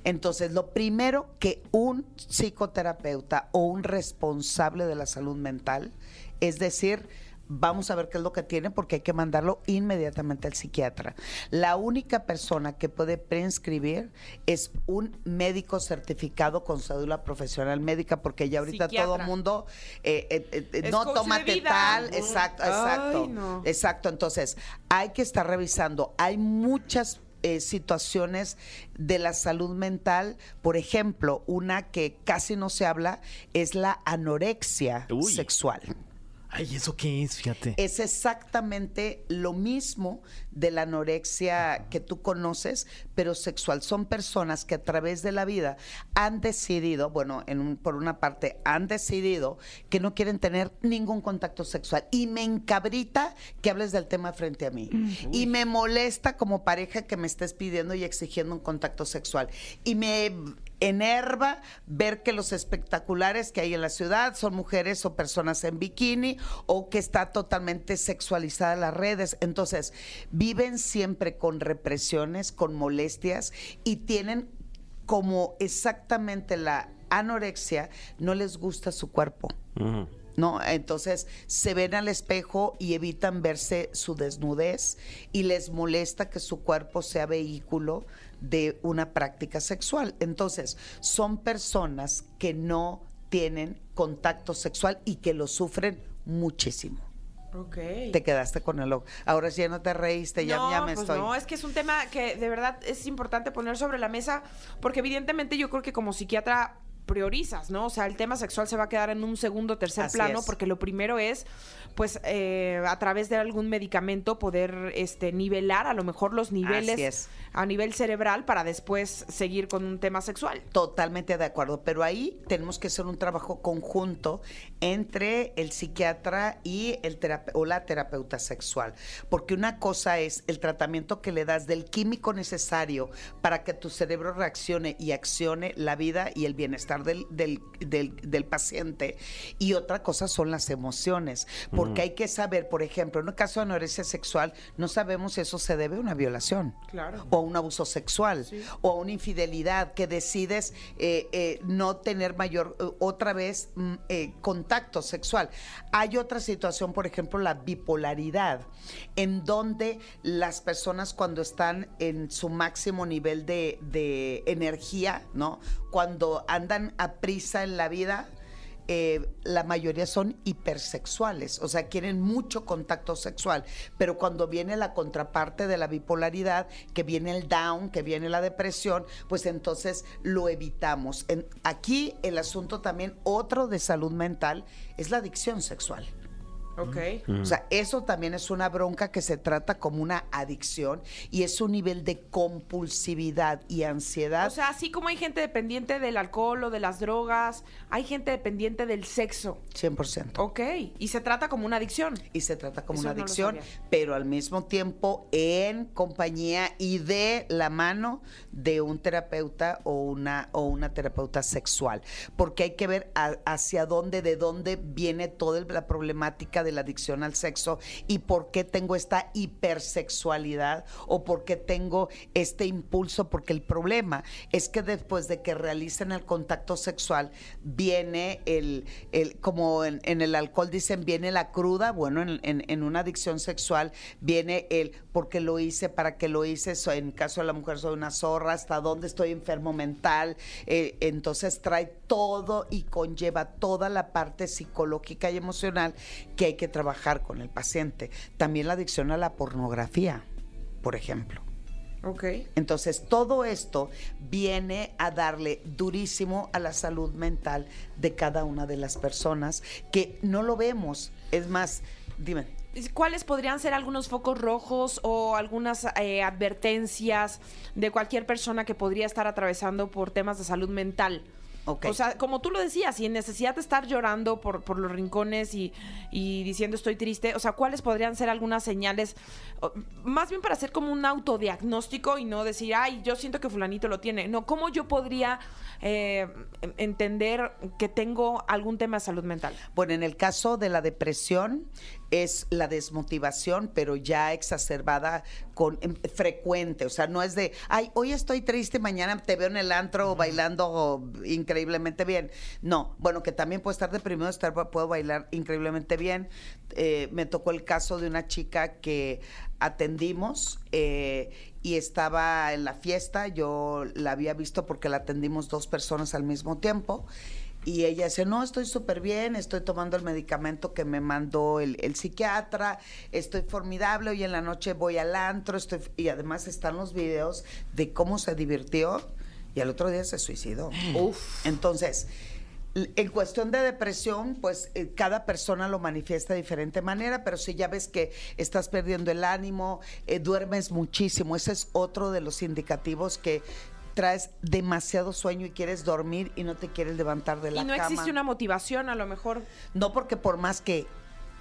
Entonces, lo primero que un psicoterapeuta o un responsable de la salud mental es decir, vamos a ver qué es lo que tiene porque hay que mandarlo inmediatamente al psiquiatra. La única persona que puede prescribir es un médico certificado con cédula profesional médica porque ya ahorita
Psiquiatra.
todo el mundo eh, eh, eh, eh,
Es coach
no
de
tómate
vida.
tal,
Mm.
exacto,
Ay,
exacto.
no.
Exacto, entonces hay que estar revisando. Hay muchas eh, situaciones de la salud mental, por ejemplo, una que casi no se habla es la anorexia
Uy.
sexual.
Ay, ¿eso qué es? Fíjate.
Es exactamente lo mismo de la anorexia que tú conoces, pero sexual. Son personas que a través de la vida han decidido, bueno, en un- por una parte, han decidido que no quieren tener ningún contacto sexual. Y me encabrita que hables del tema frente a mí. Y me molesta como pareja que me estés pidiendo y exigiendo un contacto sexual. Y me enerva ver que los espectaculares que hay en la ciudad son mujeres o personas en bikini o que está totalmente sexualizada las redes. Entonces, viven siempre con represiones, con molestias y tienen como exactamente la anorexia, no les gusta su cuerpo.
Mm,
¿no? Entonces se ven al espejo y evitan verse su desnudez y les molesta que su cuerpo sea vehículo de una práctica sexual. Entonces, son personas que no tienen contacto sexual y que lo sufren muchísimo.
Ok.
Te quedaste con el ojo. Ahora sí ya no te reíste, Este, ya,
no,
ya me
pues
estoy.
No, es que es un tema que de verdad es importante poner sobre la mesa, porque evidentemente yo creo que como psiquiatra priorizas, ¿no? O sea, el tema sexual se va a quedar en un segundo, tercer
Así
plano,
es.
porque lo primero es, pues, eh, a través de algún medicamento poder, este, nivelar a lo mejor los niveles
Así es.
a nivel cerebral para después seguir con un tema sexual.
Totalmente de acuerdo, pero ahí tenemos que hacer un trabajo conjunto entre el psiquiatra y el terape- o la terapeuta sexual, porque una cosa es el tratamiento que le das del químico necesario para que tu cerebro reaccione y accione la vida y el bienestar del, del- del- del paciente, y otra cosa son las emociones, porque hay que saber, por ejemplo, en un caso de anorexia sexual, no sabemos si eso se debe a una violación
Claro.
o a un abuso sexual o a una infidelidad que decides eh, eh, no tener mayor eh, otra vez mm, eh, contacto sexual. Hay otra situación, por ejemplo, la bipolaridad, en donde las personas cuando están en su máximo nivel de, de energía, ¿no? Cuando andan a prisa en la vida, eh, la mayoría son hipersexuales, o sea, quieren mucho contacto sexual, pero cuando viene la contraparte de la bipolaridad, que viene el down, que viene la depresión, pues entonces lo evitamos. En- aquí el asunto también, otro de salud mental, es la adicción sexual.
Ok.
O sea, eso también es una bronca que se trata como una adicción y es un nivel de compulsividad y ansiedad.
O sea, así como hay gente dependiente del alcohol o de las drogas, hay gente dependiente del sexo.
100%.
Ok. Y se trata como una adicción.
y se trata como
Eso
una
no lo
adicción,
sabía.
pero al mismo tiempo en compañía y de la mano de un terapeuta o una o una terapeuta sexual, porque hay que ver a- hacia dónde, de dónde viene toda el- la problemática de la adicción al sexo y por qué tengo esta hipersexualidad o por qué tengo este impulso, porque el problema es que después de que realicen el contacto sexual viene el, el- como en, en el alcohol dicen, viene la cruda, bueno, en, en- en una adicción sexual viene el porque lo hice, para qué lo hice, so- en caso de la mujer soy una zorra, hasta dónde estoy enfermo mental, eh, entonces trae todo y conlleva toda la parte psicológica y emocional que hay que trabajar con el paciente. También la adicción a la pornografía, por ejemplo.
Ok.
Entonces, todo esto viene a darle durísimo a la salud mental de cada una de las personas que no lo vemos. Es más, dime.
¿Cuáles podrían ser algunos focos rojos o algunas eh, advertencias de cualquier persona que podría estar atravesando por temas de salud mental?
Ok.
O sea, como tú lo decías, sin necesidad de estar llorando por, por los rincones y, y diciendo estoy triste, o sea, ¿cuáles podrían ser algunas señales? O, Más bien para hacer como un autodiagnóstico y no decir, ay, yo siento que fulanito lo tiene. No, ¿cómo yo podría eh, entender que tengo algún tema de salud mental?
Bueno, en el caso de la depresión es la desmotivación, pero ya exacerbada con em, frecuente, o sea, no es de, ay, hoy estoy triste, mañana te veo en el antro bailando increíblemente bien. No, bueno, que también puedo estar deprimido, estar puedo bailar increíblemente bien. Eh, me tocó el caso de una chica que atendimos eh, y estaba en la fiesta, yo la había visto porque la atendimos dos personas al mismo tiempo. Y ella dice, no, estoy súper bien, estoy tomando el medicamento que me mandó el, el psiquiatra, estoy formidable, hoy en la noche voy al antro, estoy... f-". y además están los videos de cómo se divirtió y al otro día se suicidó. Entonces, En cuestión de depresión, pues eh, cada persona lo manifiesta de diferente manera, pero si ya ves que estás perdiendo el ánimo, eh, duermes muchísimo, ese es otro de los indicativos que traes demasiado sueño y quieres dormir y no te quieres levantar de la
Y no
cama.
existe una motivación, a lo mejor.
No porque por más que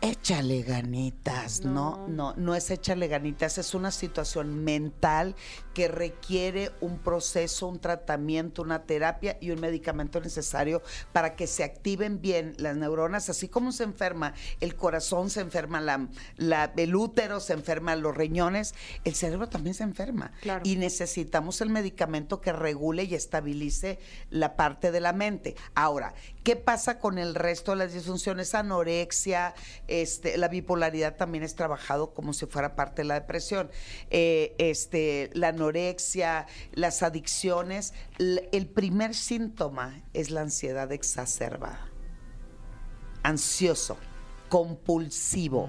échale ganitas, no. no, no, es échale ganitas, es una situación mental que requiere un proceso, un tratamiento, una terapia y un medicamento necesario para que se activen bien las neuronas, así como se enferma el corazón, se enferma la, la- el útero, se enferman los riñones, el cerebro también se enferma
Claro.
y necesitamos el medicamento que regule y estabilice la parte de la mente. Ahora, ¿qué pasa con el resto de las disfunciones? Anorexia, este, la bipolaridad también es trabajado como si fuera parte de la depresión. Eh, este, la anorexia, las adicciones. L- el primer síntoma es la ansiedad exacerbada. Ansioso, compulsivo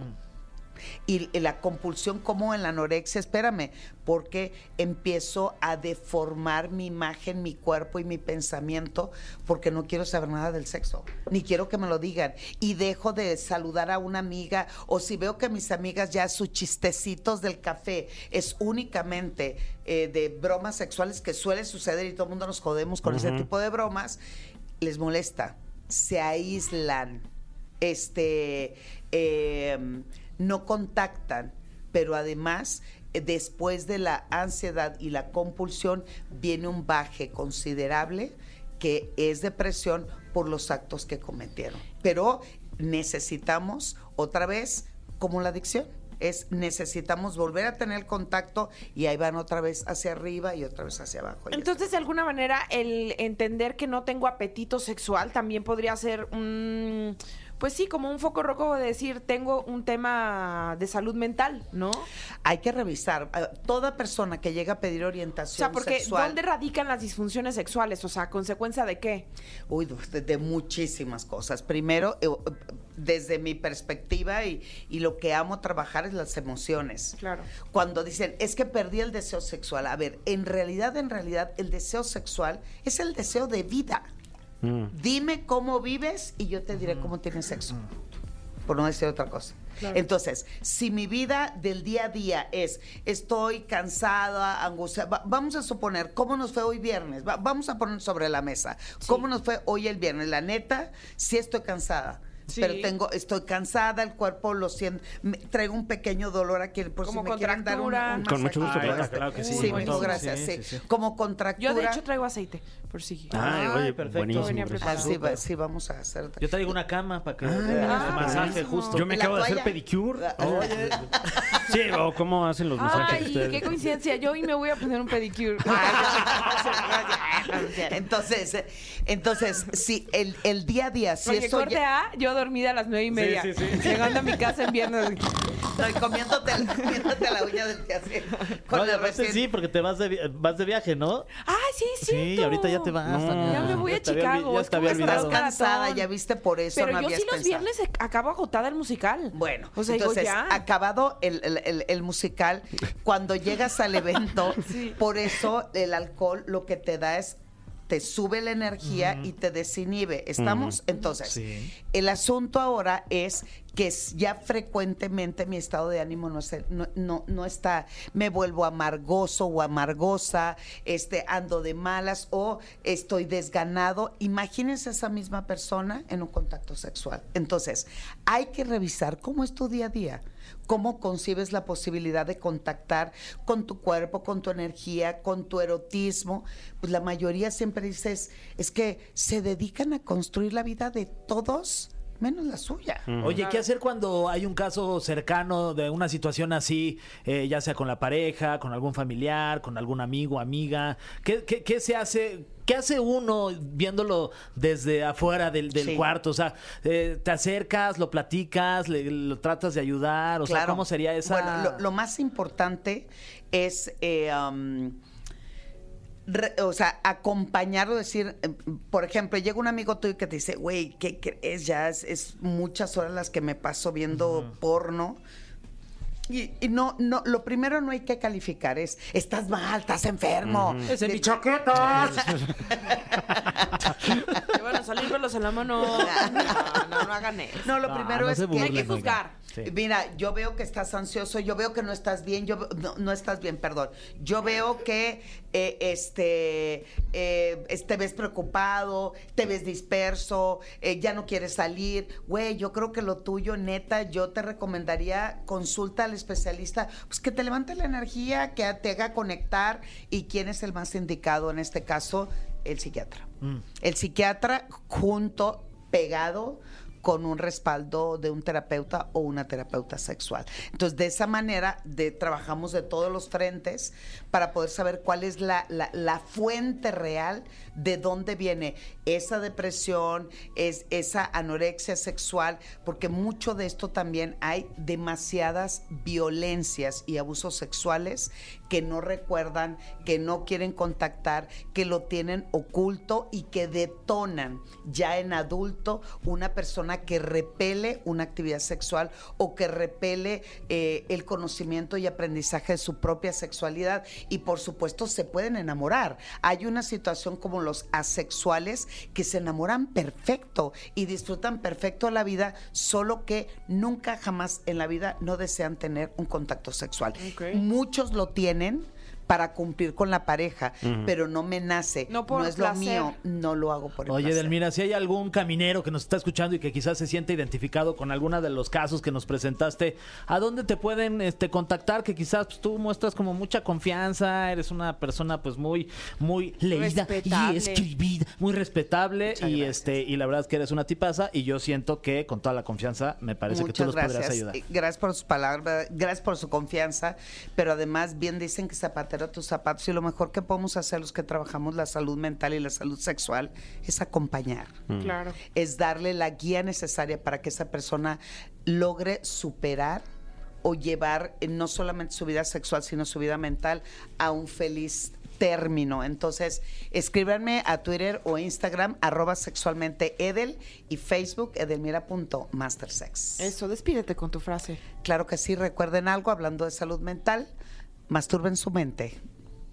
y y la compulsión como en la anorexia, espérame, porque empiezo a deformar mi imagen, mi cuerpo y mi pensamiento porque no quiero saber nada del sexo, ni quiero que me lo digan y dejo de saludar a una amiga o si veo que mis amigas ya sus chistecitos del café es únicamente eh, de bromas sexuales que suele suceder y todo el mundo nos jodemos con ese tipo de bromas, les molesta, se aíslan este, eh, no contactan, pero además eh, después de la ansiedad y la compulsión viene un baje considerable que es depresión por los actos que cometieron. Pero necesitamos otra vez, como la adicción, es necesitamos volver a tener contacto y ahí van otra vez hacia arriba y otra vez hacia abajo. y hacia
Entonces, de alguna manera, el entender que no tengo apetito sexual también podría ser un. Pues sí, como un foco rojo de decir, tengo un tema de salud mental, ¿no? O
Hay que revisar. eh, Toda persona que llega a pedir orientación
sea, porque
sexual-
¿dónde radican las disfunciones sexuales? O sea, ¿consecuencia de qué?
Uy, de, de muchísimas cosas. Primero, eh, desde mi perspectiva y, y lo que amo trabajar es las emociones.
Claro.
Cuando dicen, es que perdí el deseo sexual. A ver, en realidad, en realidad, el deseo sexual es el deseo de vida.
mm.
Dime cómo vives y yo te diré cómo tienes sexo por no decir otra cosa. Entonces, si mi vida del día a día es estoy cansada, angustiada, va- vamos a suponer cómo nos fue hoy viernes, va- vamos a poner sobre la mesa cómo nos fue hoy el viernes. La neta, sí estoy cansada.
Sí.
Pero tengo, estoy cansada, el cuerpo lo siento, me- traigo un pequeño dolor aquí, por
Como
si me quieren dar un,
contractura.
un
Con mucho gusto,
masajito,
claro,
este.
claro que sí,
Sí,
con
mijo,
todo.
gracias,
Sí,
sí.
sí, sí.
Como contractura.
Yo, de hecho, traigo aceite, por si.
Ay,
Ay,
oye,
perfecto.
buenísimo,
Venía
buenísimo.
Ah, sí, va-
preparado.
sí, vamos a hacer.
Yo traigo una cama para que
ah,
masaje
buenísimo.
justo.
Yo me
La
acabo de hacer
toalla.
pedicure.
La- <laughs>
Oh,
Oye.
sí, o cómo hacen los masajes
Ay,
ustedes.
qué coincidencia. Yo hoy me voy a poner un pedicure.
entonces, eh, entonces, sí, el, el día a día, si
Oye,
estoy,
corte A, yo dormida a las nueve y media.
sí, sí.
Llegando a mi casa en viernes.
estoy comiéndote, la- comiéndote la uña del quehacer. Con
No, y
la
aparte
recién-
sí, porque te vas de, vi- vas de viaje, ¿no?
Ay, sí, sí.
Sí, ahorita ya te vas.
No.
Tania.
Ya me voy a
te había olvi-
Chicago.
Ya
es
te
como
había
estar
Estás
olvidado.
cansada.
cansada, ya viste por eso,
Pero
no
yo sí
habías
los
pensado.
viernes ac- acabo agotada el musical.
Bueno,
o sea, digo,
entonces,
ya.
acabado el, el- el- el musical, cuando llegas al evento,
<laughs> Sí.
por eso el alcohol lo que te da es te sube la energía y te desinhibe. ¿Estamos? Entonces,
Sí.
el asunto ahora es que s- ya frecuentemente mi estado de ánimo no, se- no, no, no está, me vuelvo amargoso o amargosa, este, ando de malas o estoy desganado. Imagínense esa misma persona en un contacto sexual. Entonces, hay que revisar cómo es tu día a día, cómo concibes la posibilidad de contactar con tu cuerpo, con tu energía, con tu erotismo. Pues la mayoría siempre dices, es que se dedican a construir la vida de todos menos la suya.
Oye, ¿qué hacer cuando hay un caso cercano de una situación así, eh, ya sea con la pareja, con algún familiar, con algún amigo, amiga? ¿Qué, qué- qué se hace? ¿Qué hace uno viéndolo desde afuera del, del
Sí.
cuarto? O sea, eh, te acercas, lo platicas, le- lo tratas de ayudar, o sea,
Claro.
¿cómo sería esa?
Bueno, lo, lo más importante es, eh, am, re- o sea, acompañarlo, decir, eh, por ejemplo, llega un amigo tuyo que te dice, güey, ¿qué crees? Ya es, es muchas horas las que me paso viendo porno. Y, y no, no, lo primero no hay que calificar, es, estás mal, estás enfermo.
Ese
De-
bicho-
choquetas.
Bueno, salir con los en la mano. No, no, no hagan eso.
<laughs> No, lo primero
Ah, no
es
se
que
burlen,
Hay que juzgar.
Sí.
Mira, yo veo que estás ansioso, yo veo que no estás bien, yo ve- no, no estás bien, perdón. Yo veo que eh, este eh, es- te ves preocupado, te ves disperso, eh, ya no quieres salir. Güey, yo creo que lo tuyo, neta, yo te recomendaría consulta al especialista, pues que te levante la energía, que te haga conectar y quién es el más indicado en este caso, el psiquiatra. El psiquiatra junto, pegado con un respaldo de un terapeuta o una terapeuta sexual. Entonces, de esa manera, de, trabajamos de todos los frentes para poder saber cuál es la, la- la fuente real de dónde viene esa depresión, es, esa anorexia sexual, porque mucho de esto también hay demasiadas violencias y abusos sexuales que no recuerdan, que no quieren contactar, que lo tienen oculto y que detonan ya en adulto una persona que repele una actividad sexual o que repele eh, el conocimiento y aprendizaje de su propia sexualidad. Y por supuesto se pueden enamorar. Hay una situación como los asexuales que se enamoran perfecto y disfrutan perfecto la vida, solo que nunca jamás en la vida no desean tener un contacto sexual. Muchos lo tienen para cumplir con la pareja, pero no me nace,
No
no,
por
es lo
placer.
mío, no lo hago por el
Oye,
placer.
Delmira, si hay algún caminero que nos está escuchando y que quizás se siente identificado con alguno de los casos que nos presentaste, ¿a dónde te pueden este, contactar? Que quizás pues, tú muestras como mucha confianza, eres una persona pues muy, muy leída y
Respetable.
escribida, muy respetable y este y la verdad es que eres una tipaza y yo siento que con toda la confianza me parece que tú los podrías ayudar.
Eh, Gracias por sus palabras, gracias por su confianza, pero además bien dicen que zapatero a tus zapatos y lo mejor que podemos hacer los que trabajamos la salud mental y la salud sexual es acompañar.
Claro.
es darle la guía necesaria para que esa persona logre superar o llevar eh, no solamente su vida sexual, sino su vida mental a un feliz término. Entonces, escríbanme a Twitter o Instagram, arroba sexualmente Edel y Facebook edelmira.mastersex.
Eso, despídete con tu frase.
Claro que sí, recuerden algo, hablando de salud mental, masturben su mente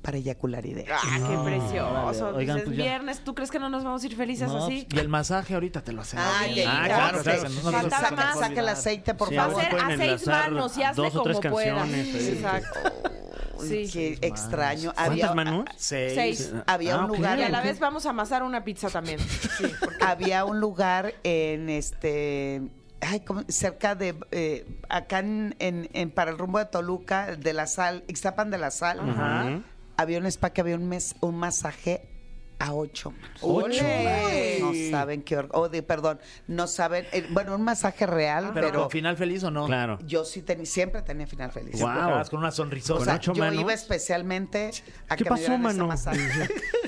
para eyacular ideas.
Ah, qué precioso.
órale. Oigan,
Dices,
pues ya.
viernes, ¿tú crees que no nos vamos a ir felices
No, pues,
así?
Y el masaje ahorita te lo hacemos.
Ah,
bien.
te
Ah,
invitaste.
claro, claro, no, no, no, no,
Faltaba
no,
Saca-
no,
más.
no, no, no,
saca el aceite, por
Sí,
Va a
favor.
ahora
ser
pueden
a seis
enlazar
manos y hazle
dos o tres
como puedas.
canciones, eh.
Exacto.
Ay,
Sí.
Qué extraño.
¿Cuántas manos?
Seis.
Seis.
Había
Ah,
un
ok.
lugar.
Y a la vez vamos a amasar una pizza
<laughs>
también. Sí.
había un lugar en este ay, ¿cómo? cerca de eh, acá en, en- en- para el rumbo de Toluca de la sal Ixtapan de la sal
Ajá.
había un spa que había un mes un masaje a ocho manos.
Ocho.
Ay, no saben qué or- oh, de- perdón no saben eh, bueno un masaje real
Pero,
pero,
con final feliz o no?
Claro.
yo sí tenía siempre tenía final feliz
Siempre
Guau.
acabas con una sonrisota.
o sea,
ocho
yo
manos?
iba especialmente a
¿Qué
que
pasó,
me dieran ese
mano? <laughs>
masaje.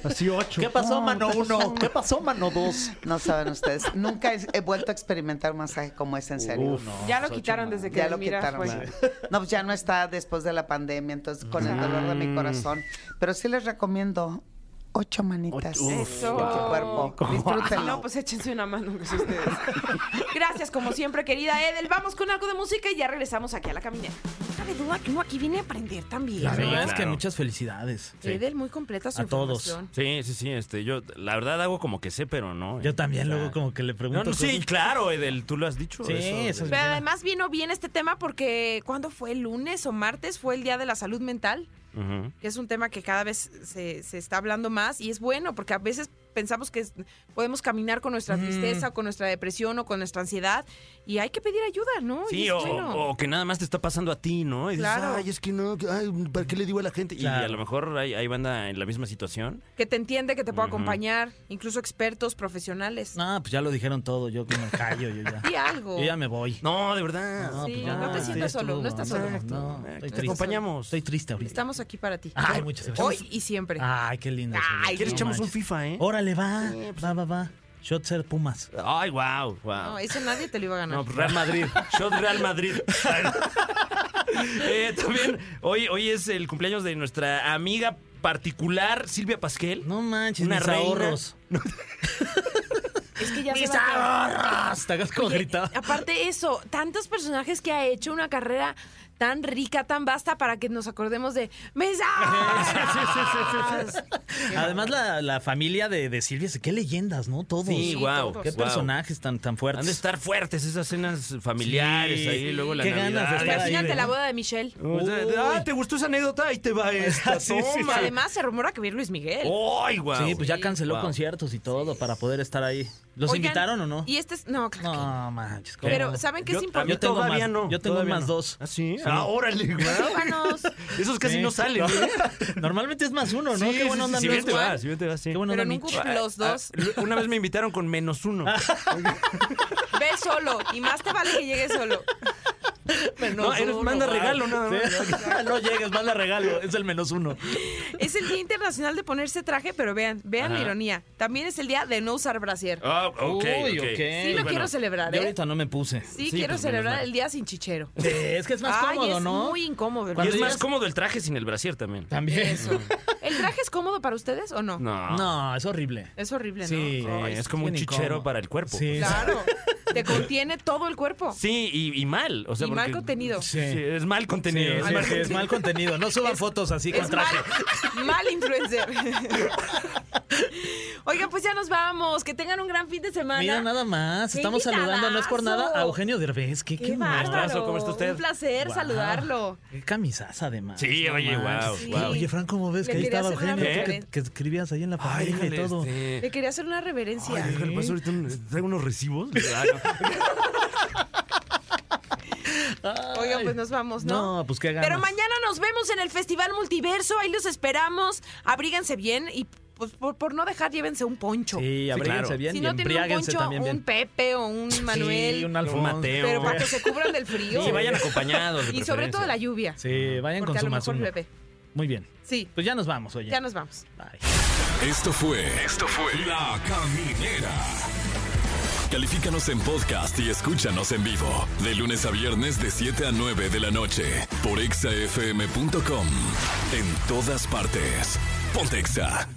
Así ocho.
¿Qué pasó, mano uno? ¿Qué pasó, mano dos?
No saben ustedes. Nunca he, he vuelto a experimentar un masaje como es en serio.
Uf.
Ya lo quitaron desde que
Ya lo
mira,
quitaron.
fue.
sí. No, pues ya no está después de la pandemia, entonces con el dolor de
Mm.
mi corazón. Pero sí les recomiendo ocho manitas
Ocho. Uf,
Eso.
en su cuerpo. Disfrútenlo.
No, pues échense una mano aunque sea
<laughs>
ustedes. Gracias, como siempre, querida Edel. Vamos con algo de música y ya regresamos aquí a la caminera. No cabe duda que uno aquí viene a aprender también.
La verdad es que
claro.
muchas felicidades.
Edel, muy completa su
A todos.
información.
Sí, sí, sí. Este, yo, la verdad, hago como que sé, pero no. eh.
Yo también
O sea,
luego como que le
No,
pregunto.
no, sí,
cosas.
claro, Edel, tú lo has dicho.
Sí, eso es-
de-
Pero además vino bien este tema porque ¿cuándo fue? ¿El ¿Lunes o martes? Fue el Día de la Salud Mental,
Ujú.
que es un tema que cada vez se, se está hablando más y es bueno porque a veces pensamos que es- podemos caminar con
Mm.
nuestra tristeza o con nuestra depresión o con nuestra ansiedad y hay que pedir ayuda, ¿no? Y
Sí,
es
o,
bueno.
o que nada más te está pasando a ti, ¿no? Y dices,
Claro.
ay, es que no, ay, ¿para qué le digo a la gente? Y
Claro.
a lo mejor hay, hay banda en la misma situación.
que te entiende, que te pueda
Ujú.
acompañar, incluso expertos, profesionales.
No, pues ya lo dijeron todo. Yo que me callo, yo ya.
Y algo.
Yo ya me voy.
No, de verdad.
Sí, no te
sí,
sientas
pues ya
solo,
estuvo.
no estás solo.
No,
Exacto,
no,
exacto.
estoy
Te
triste.
acompañamos.
Estoy triste ahorita.
Estamos aquí para ti.
Ay, muchas gracias.
Hoy y siempre.
Ay, qué lindo.
Ay,
¿Quieres
No
echamos un
manches. Oh.
FIFA, eh?
Órale, va. Va, va, va. Shotzer Pumas.
Ay, wow, wow.
No, eso nadie te lo iba a ganar.
No, pues Real Madrid. Shot Real
<laughs>
Madrid. <laughs> Eh, también hoy, hoy es el cumpleaños de nuestra amiga particular, Silvia Pasquel.
No manches,
Una
mis
reina.
ahorros.
es que ya se
¡Mis
va a acabar.
ahorros! Te hagas como
Oye,
gritaba.
Aparte eso, tantos personajes que ha hecho una carrera tan rica, tan vasta, para que nos acordemos de
<laughs>
¡Mesa!
<laughs> Además, la, la familia de, de Silvia, qué leyendas, ¿no? Todos.
Sí, guau,
Qué
guau.
personajes tan, tan
Han de
fuertes.
estar fuertes esas cenas familiares
Sí.
ahí, luego la
Qué ganas de
Navidad.
estar ahí.
Imagínate
¿verdad?
la boda de Michelle.
O sea, de- Ah, ¿te gustó esa anécdota? Ahí te va <laughs> esta.
Sí, sí,
Y
toma.
además se rumora que viene Luis Miguel.
¡Ay, guau!
Sí, pues ya canceló
Wow.
conciertos y todo para poder estar ahí. ¿Los
Oigan,
invitaron o no?
Y este es. No, claro. que no.
No, manches. ¿cómo
Pero,
no?
¿saben qué es
Yo- a mí
Yo
importante?
tengo
todavía
más-
no.
yo tengo
todavía
más
no.
dos.
¿Ah, sí? Ah, <laughs> órale, guau.
Vámonos.
Esos casi
Sí.
no salen, ¿eh?
<laughs> Normalmente es más uno, ¿no?
Sí,
qué bueno
sí,
andan
sí,
los
bien te
Juan.
va, sí, bien te va, sí.
Qué <laughs> bueno
Pero
andan
en un
Micho.
cumpleaños los dos.
Ah, Una vez me invitaron con menos uno. <laughs>
Ve solo. Y más te vale que llegues
<laughs>
solo.
No, eres- manda regalo nada más.
Sí. <laughs> no llegues, manda regalo. Es el menos uno.
Es el Día Internacional de ponerse traje, pero vean, vean la
Ajá.
ironía. También es el día de no usar brasier.
Ah, ok,
Uy,
ok.
ok.
Sí, lo
Bueno,
quiero celebrar,
Yo
¿eh?
ahorita no me puse.
Sí, quiero
sí, pues, menos
celebrar
mal.
el día sin chichero.
Sí, es que es más
Ay,
cómodo,
es
¿no?
muy incómodo.
Y
Cuando
es
¿verdad?
más
llegas-
cómodo el traje sin el brasier también.
También.
¿El traje es cómodo para ustedes o no?
<laughs>
No.
No, es horrible.
Es horrible, ¿no?
Sí,
Ay, es como un
bien
chichero
incómodo.
para el cuerpo.
Sí.
Claro. Te contiene todo el cuerpo.
Sí, y, y mal. O sea,
Y mal
porque-
contenido.
Sí, es mal contenido.
Sí,
es
sí,
mal
sí, es mal contenido. No suban fotos así con
Es mal,
traje.
mal
<laughs>
influencer. Oigan, pues ya nos vamos. Que tengan un gran fin de semana.
Mira nada más,
¡Qué
estamos saludando, no es por nada, a
invitadazo!
Eugenio Derbez. Qué,
Qué
qué
bárbaro.
maestrazo, ¿cómo está usted?
Un placer
Guau.
saludarlo.
Qué camisaza además.
Sí,
no
oye,
manches.
guau,
Sí. guau.
Oye, Fran, ¿cómo ves
Le
que ahí
quería
estaba
hacer una
Eugenio? Tú Que,
referencia.
que escribías ahí en la
Ay,
familia y
déjale,
todo.
este.
Le quería hacer una reverencia.
Ay, déjale, paso ahorita un- traigo
<laughs>
unos recibos. Ah, no.
Oigan, pues nos vamos, ¿no?
No, pues qué ganas.
Pero mañana nos vemos en el Festival Multiverso. Ahí los esperamos. Abríganse bien y pues, por, por no dejar, llévense un poncho.
Sí, abríguense
claro.
bien
si
y
no tienen un
embriáguense
poncho,
también
un
bien.
Pepe o un Manuel.
Sí, un Alfonso.
Mateo.
Pero para que se cubran del frío.
Sí, vayan acompañados. de
y sobre
preferencia.
todo la lluvia.
Sí, vayan
porque
con
a
su
lo
más
mejor
uno.
llueve.
Muy bien.
Sí,
Pues ya nos vamos, oye.
ya nos vamos.
Bye.
Esto fue. Esto fue. La Caminera. Califícanos en podcast y escúchanos en vivo. De lunes a viernes de 7 a 9 de la noche. Por exafm.com. En todas partes. Pontexa.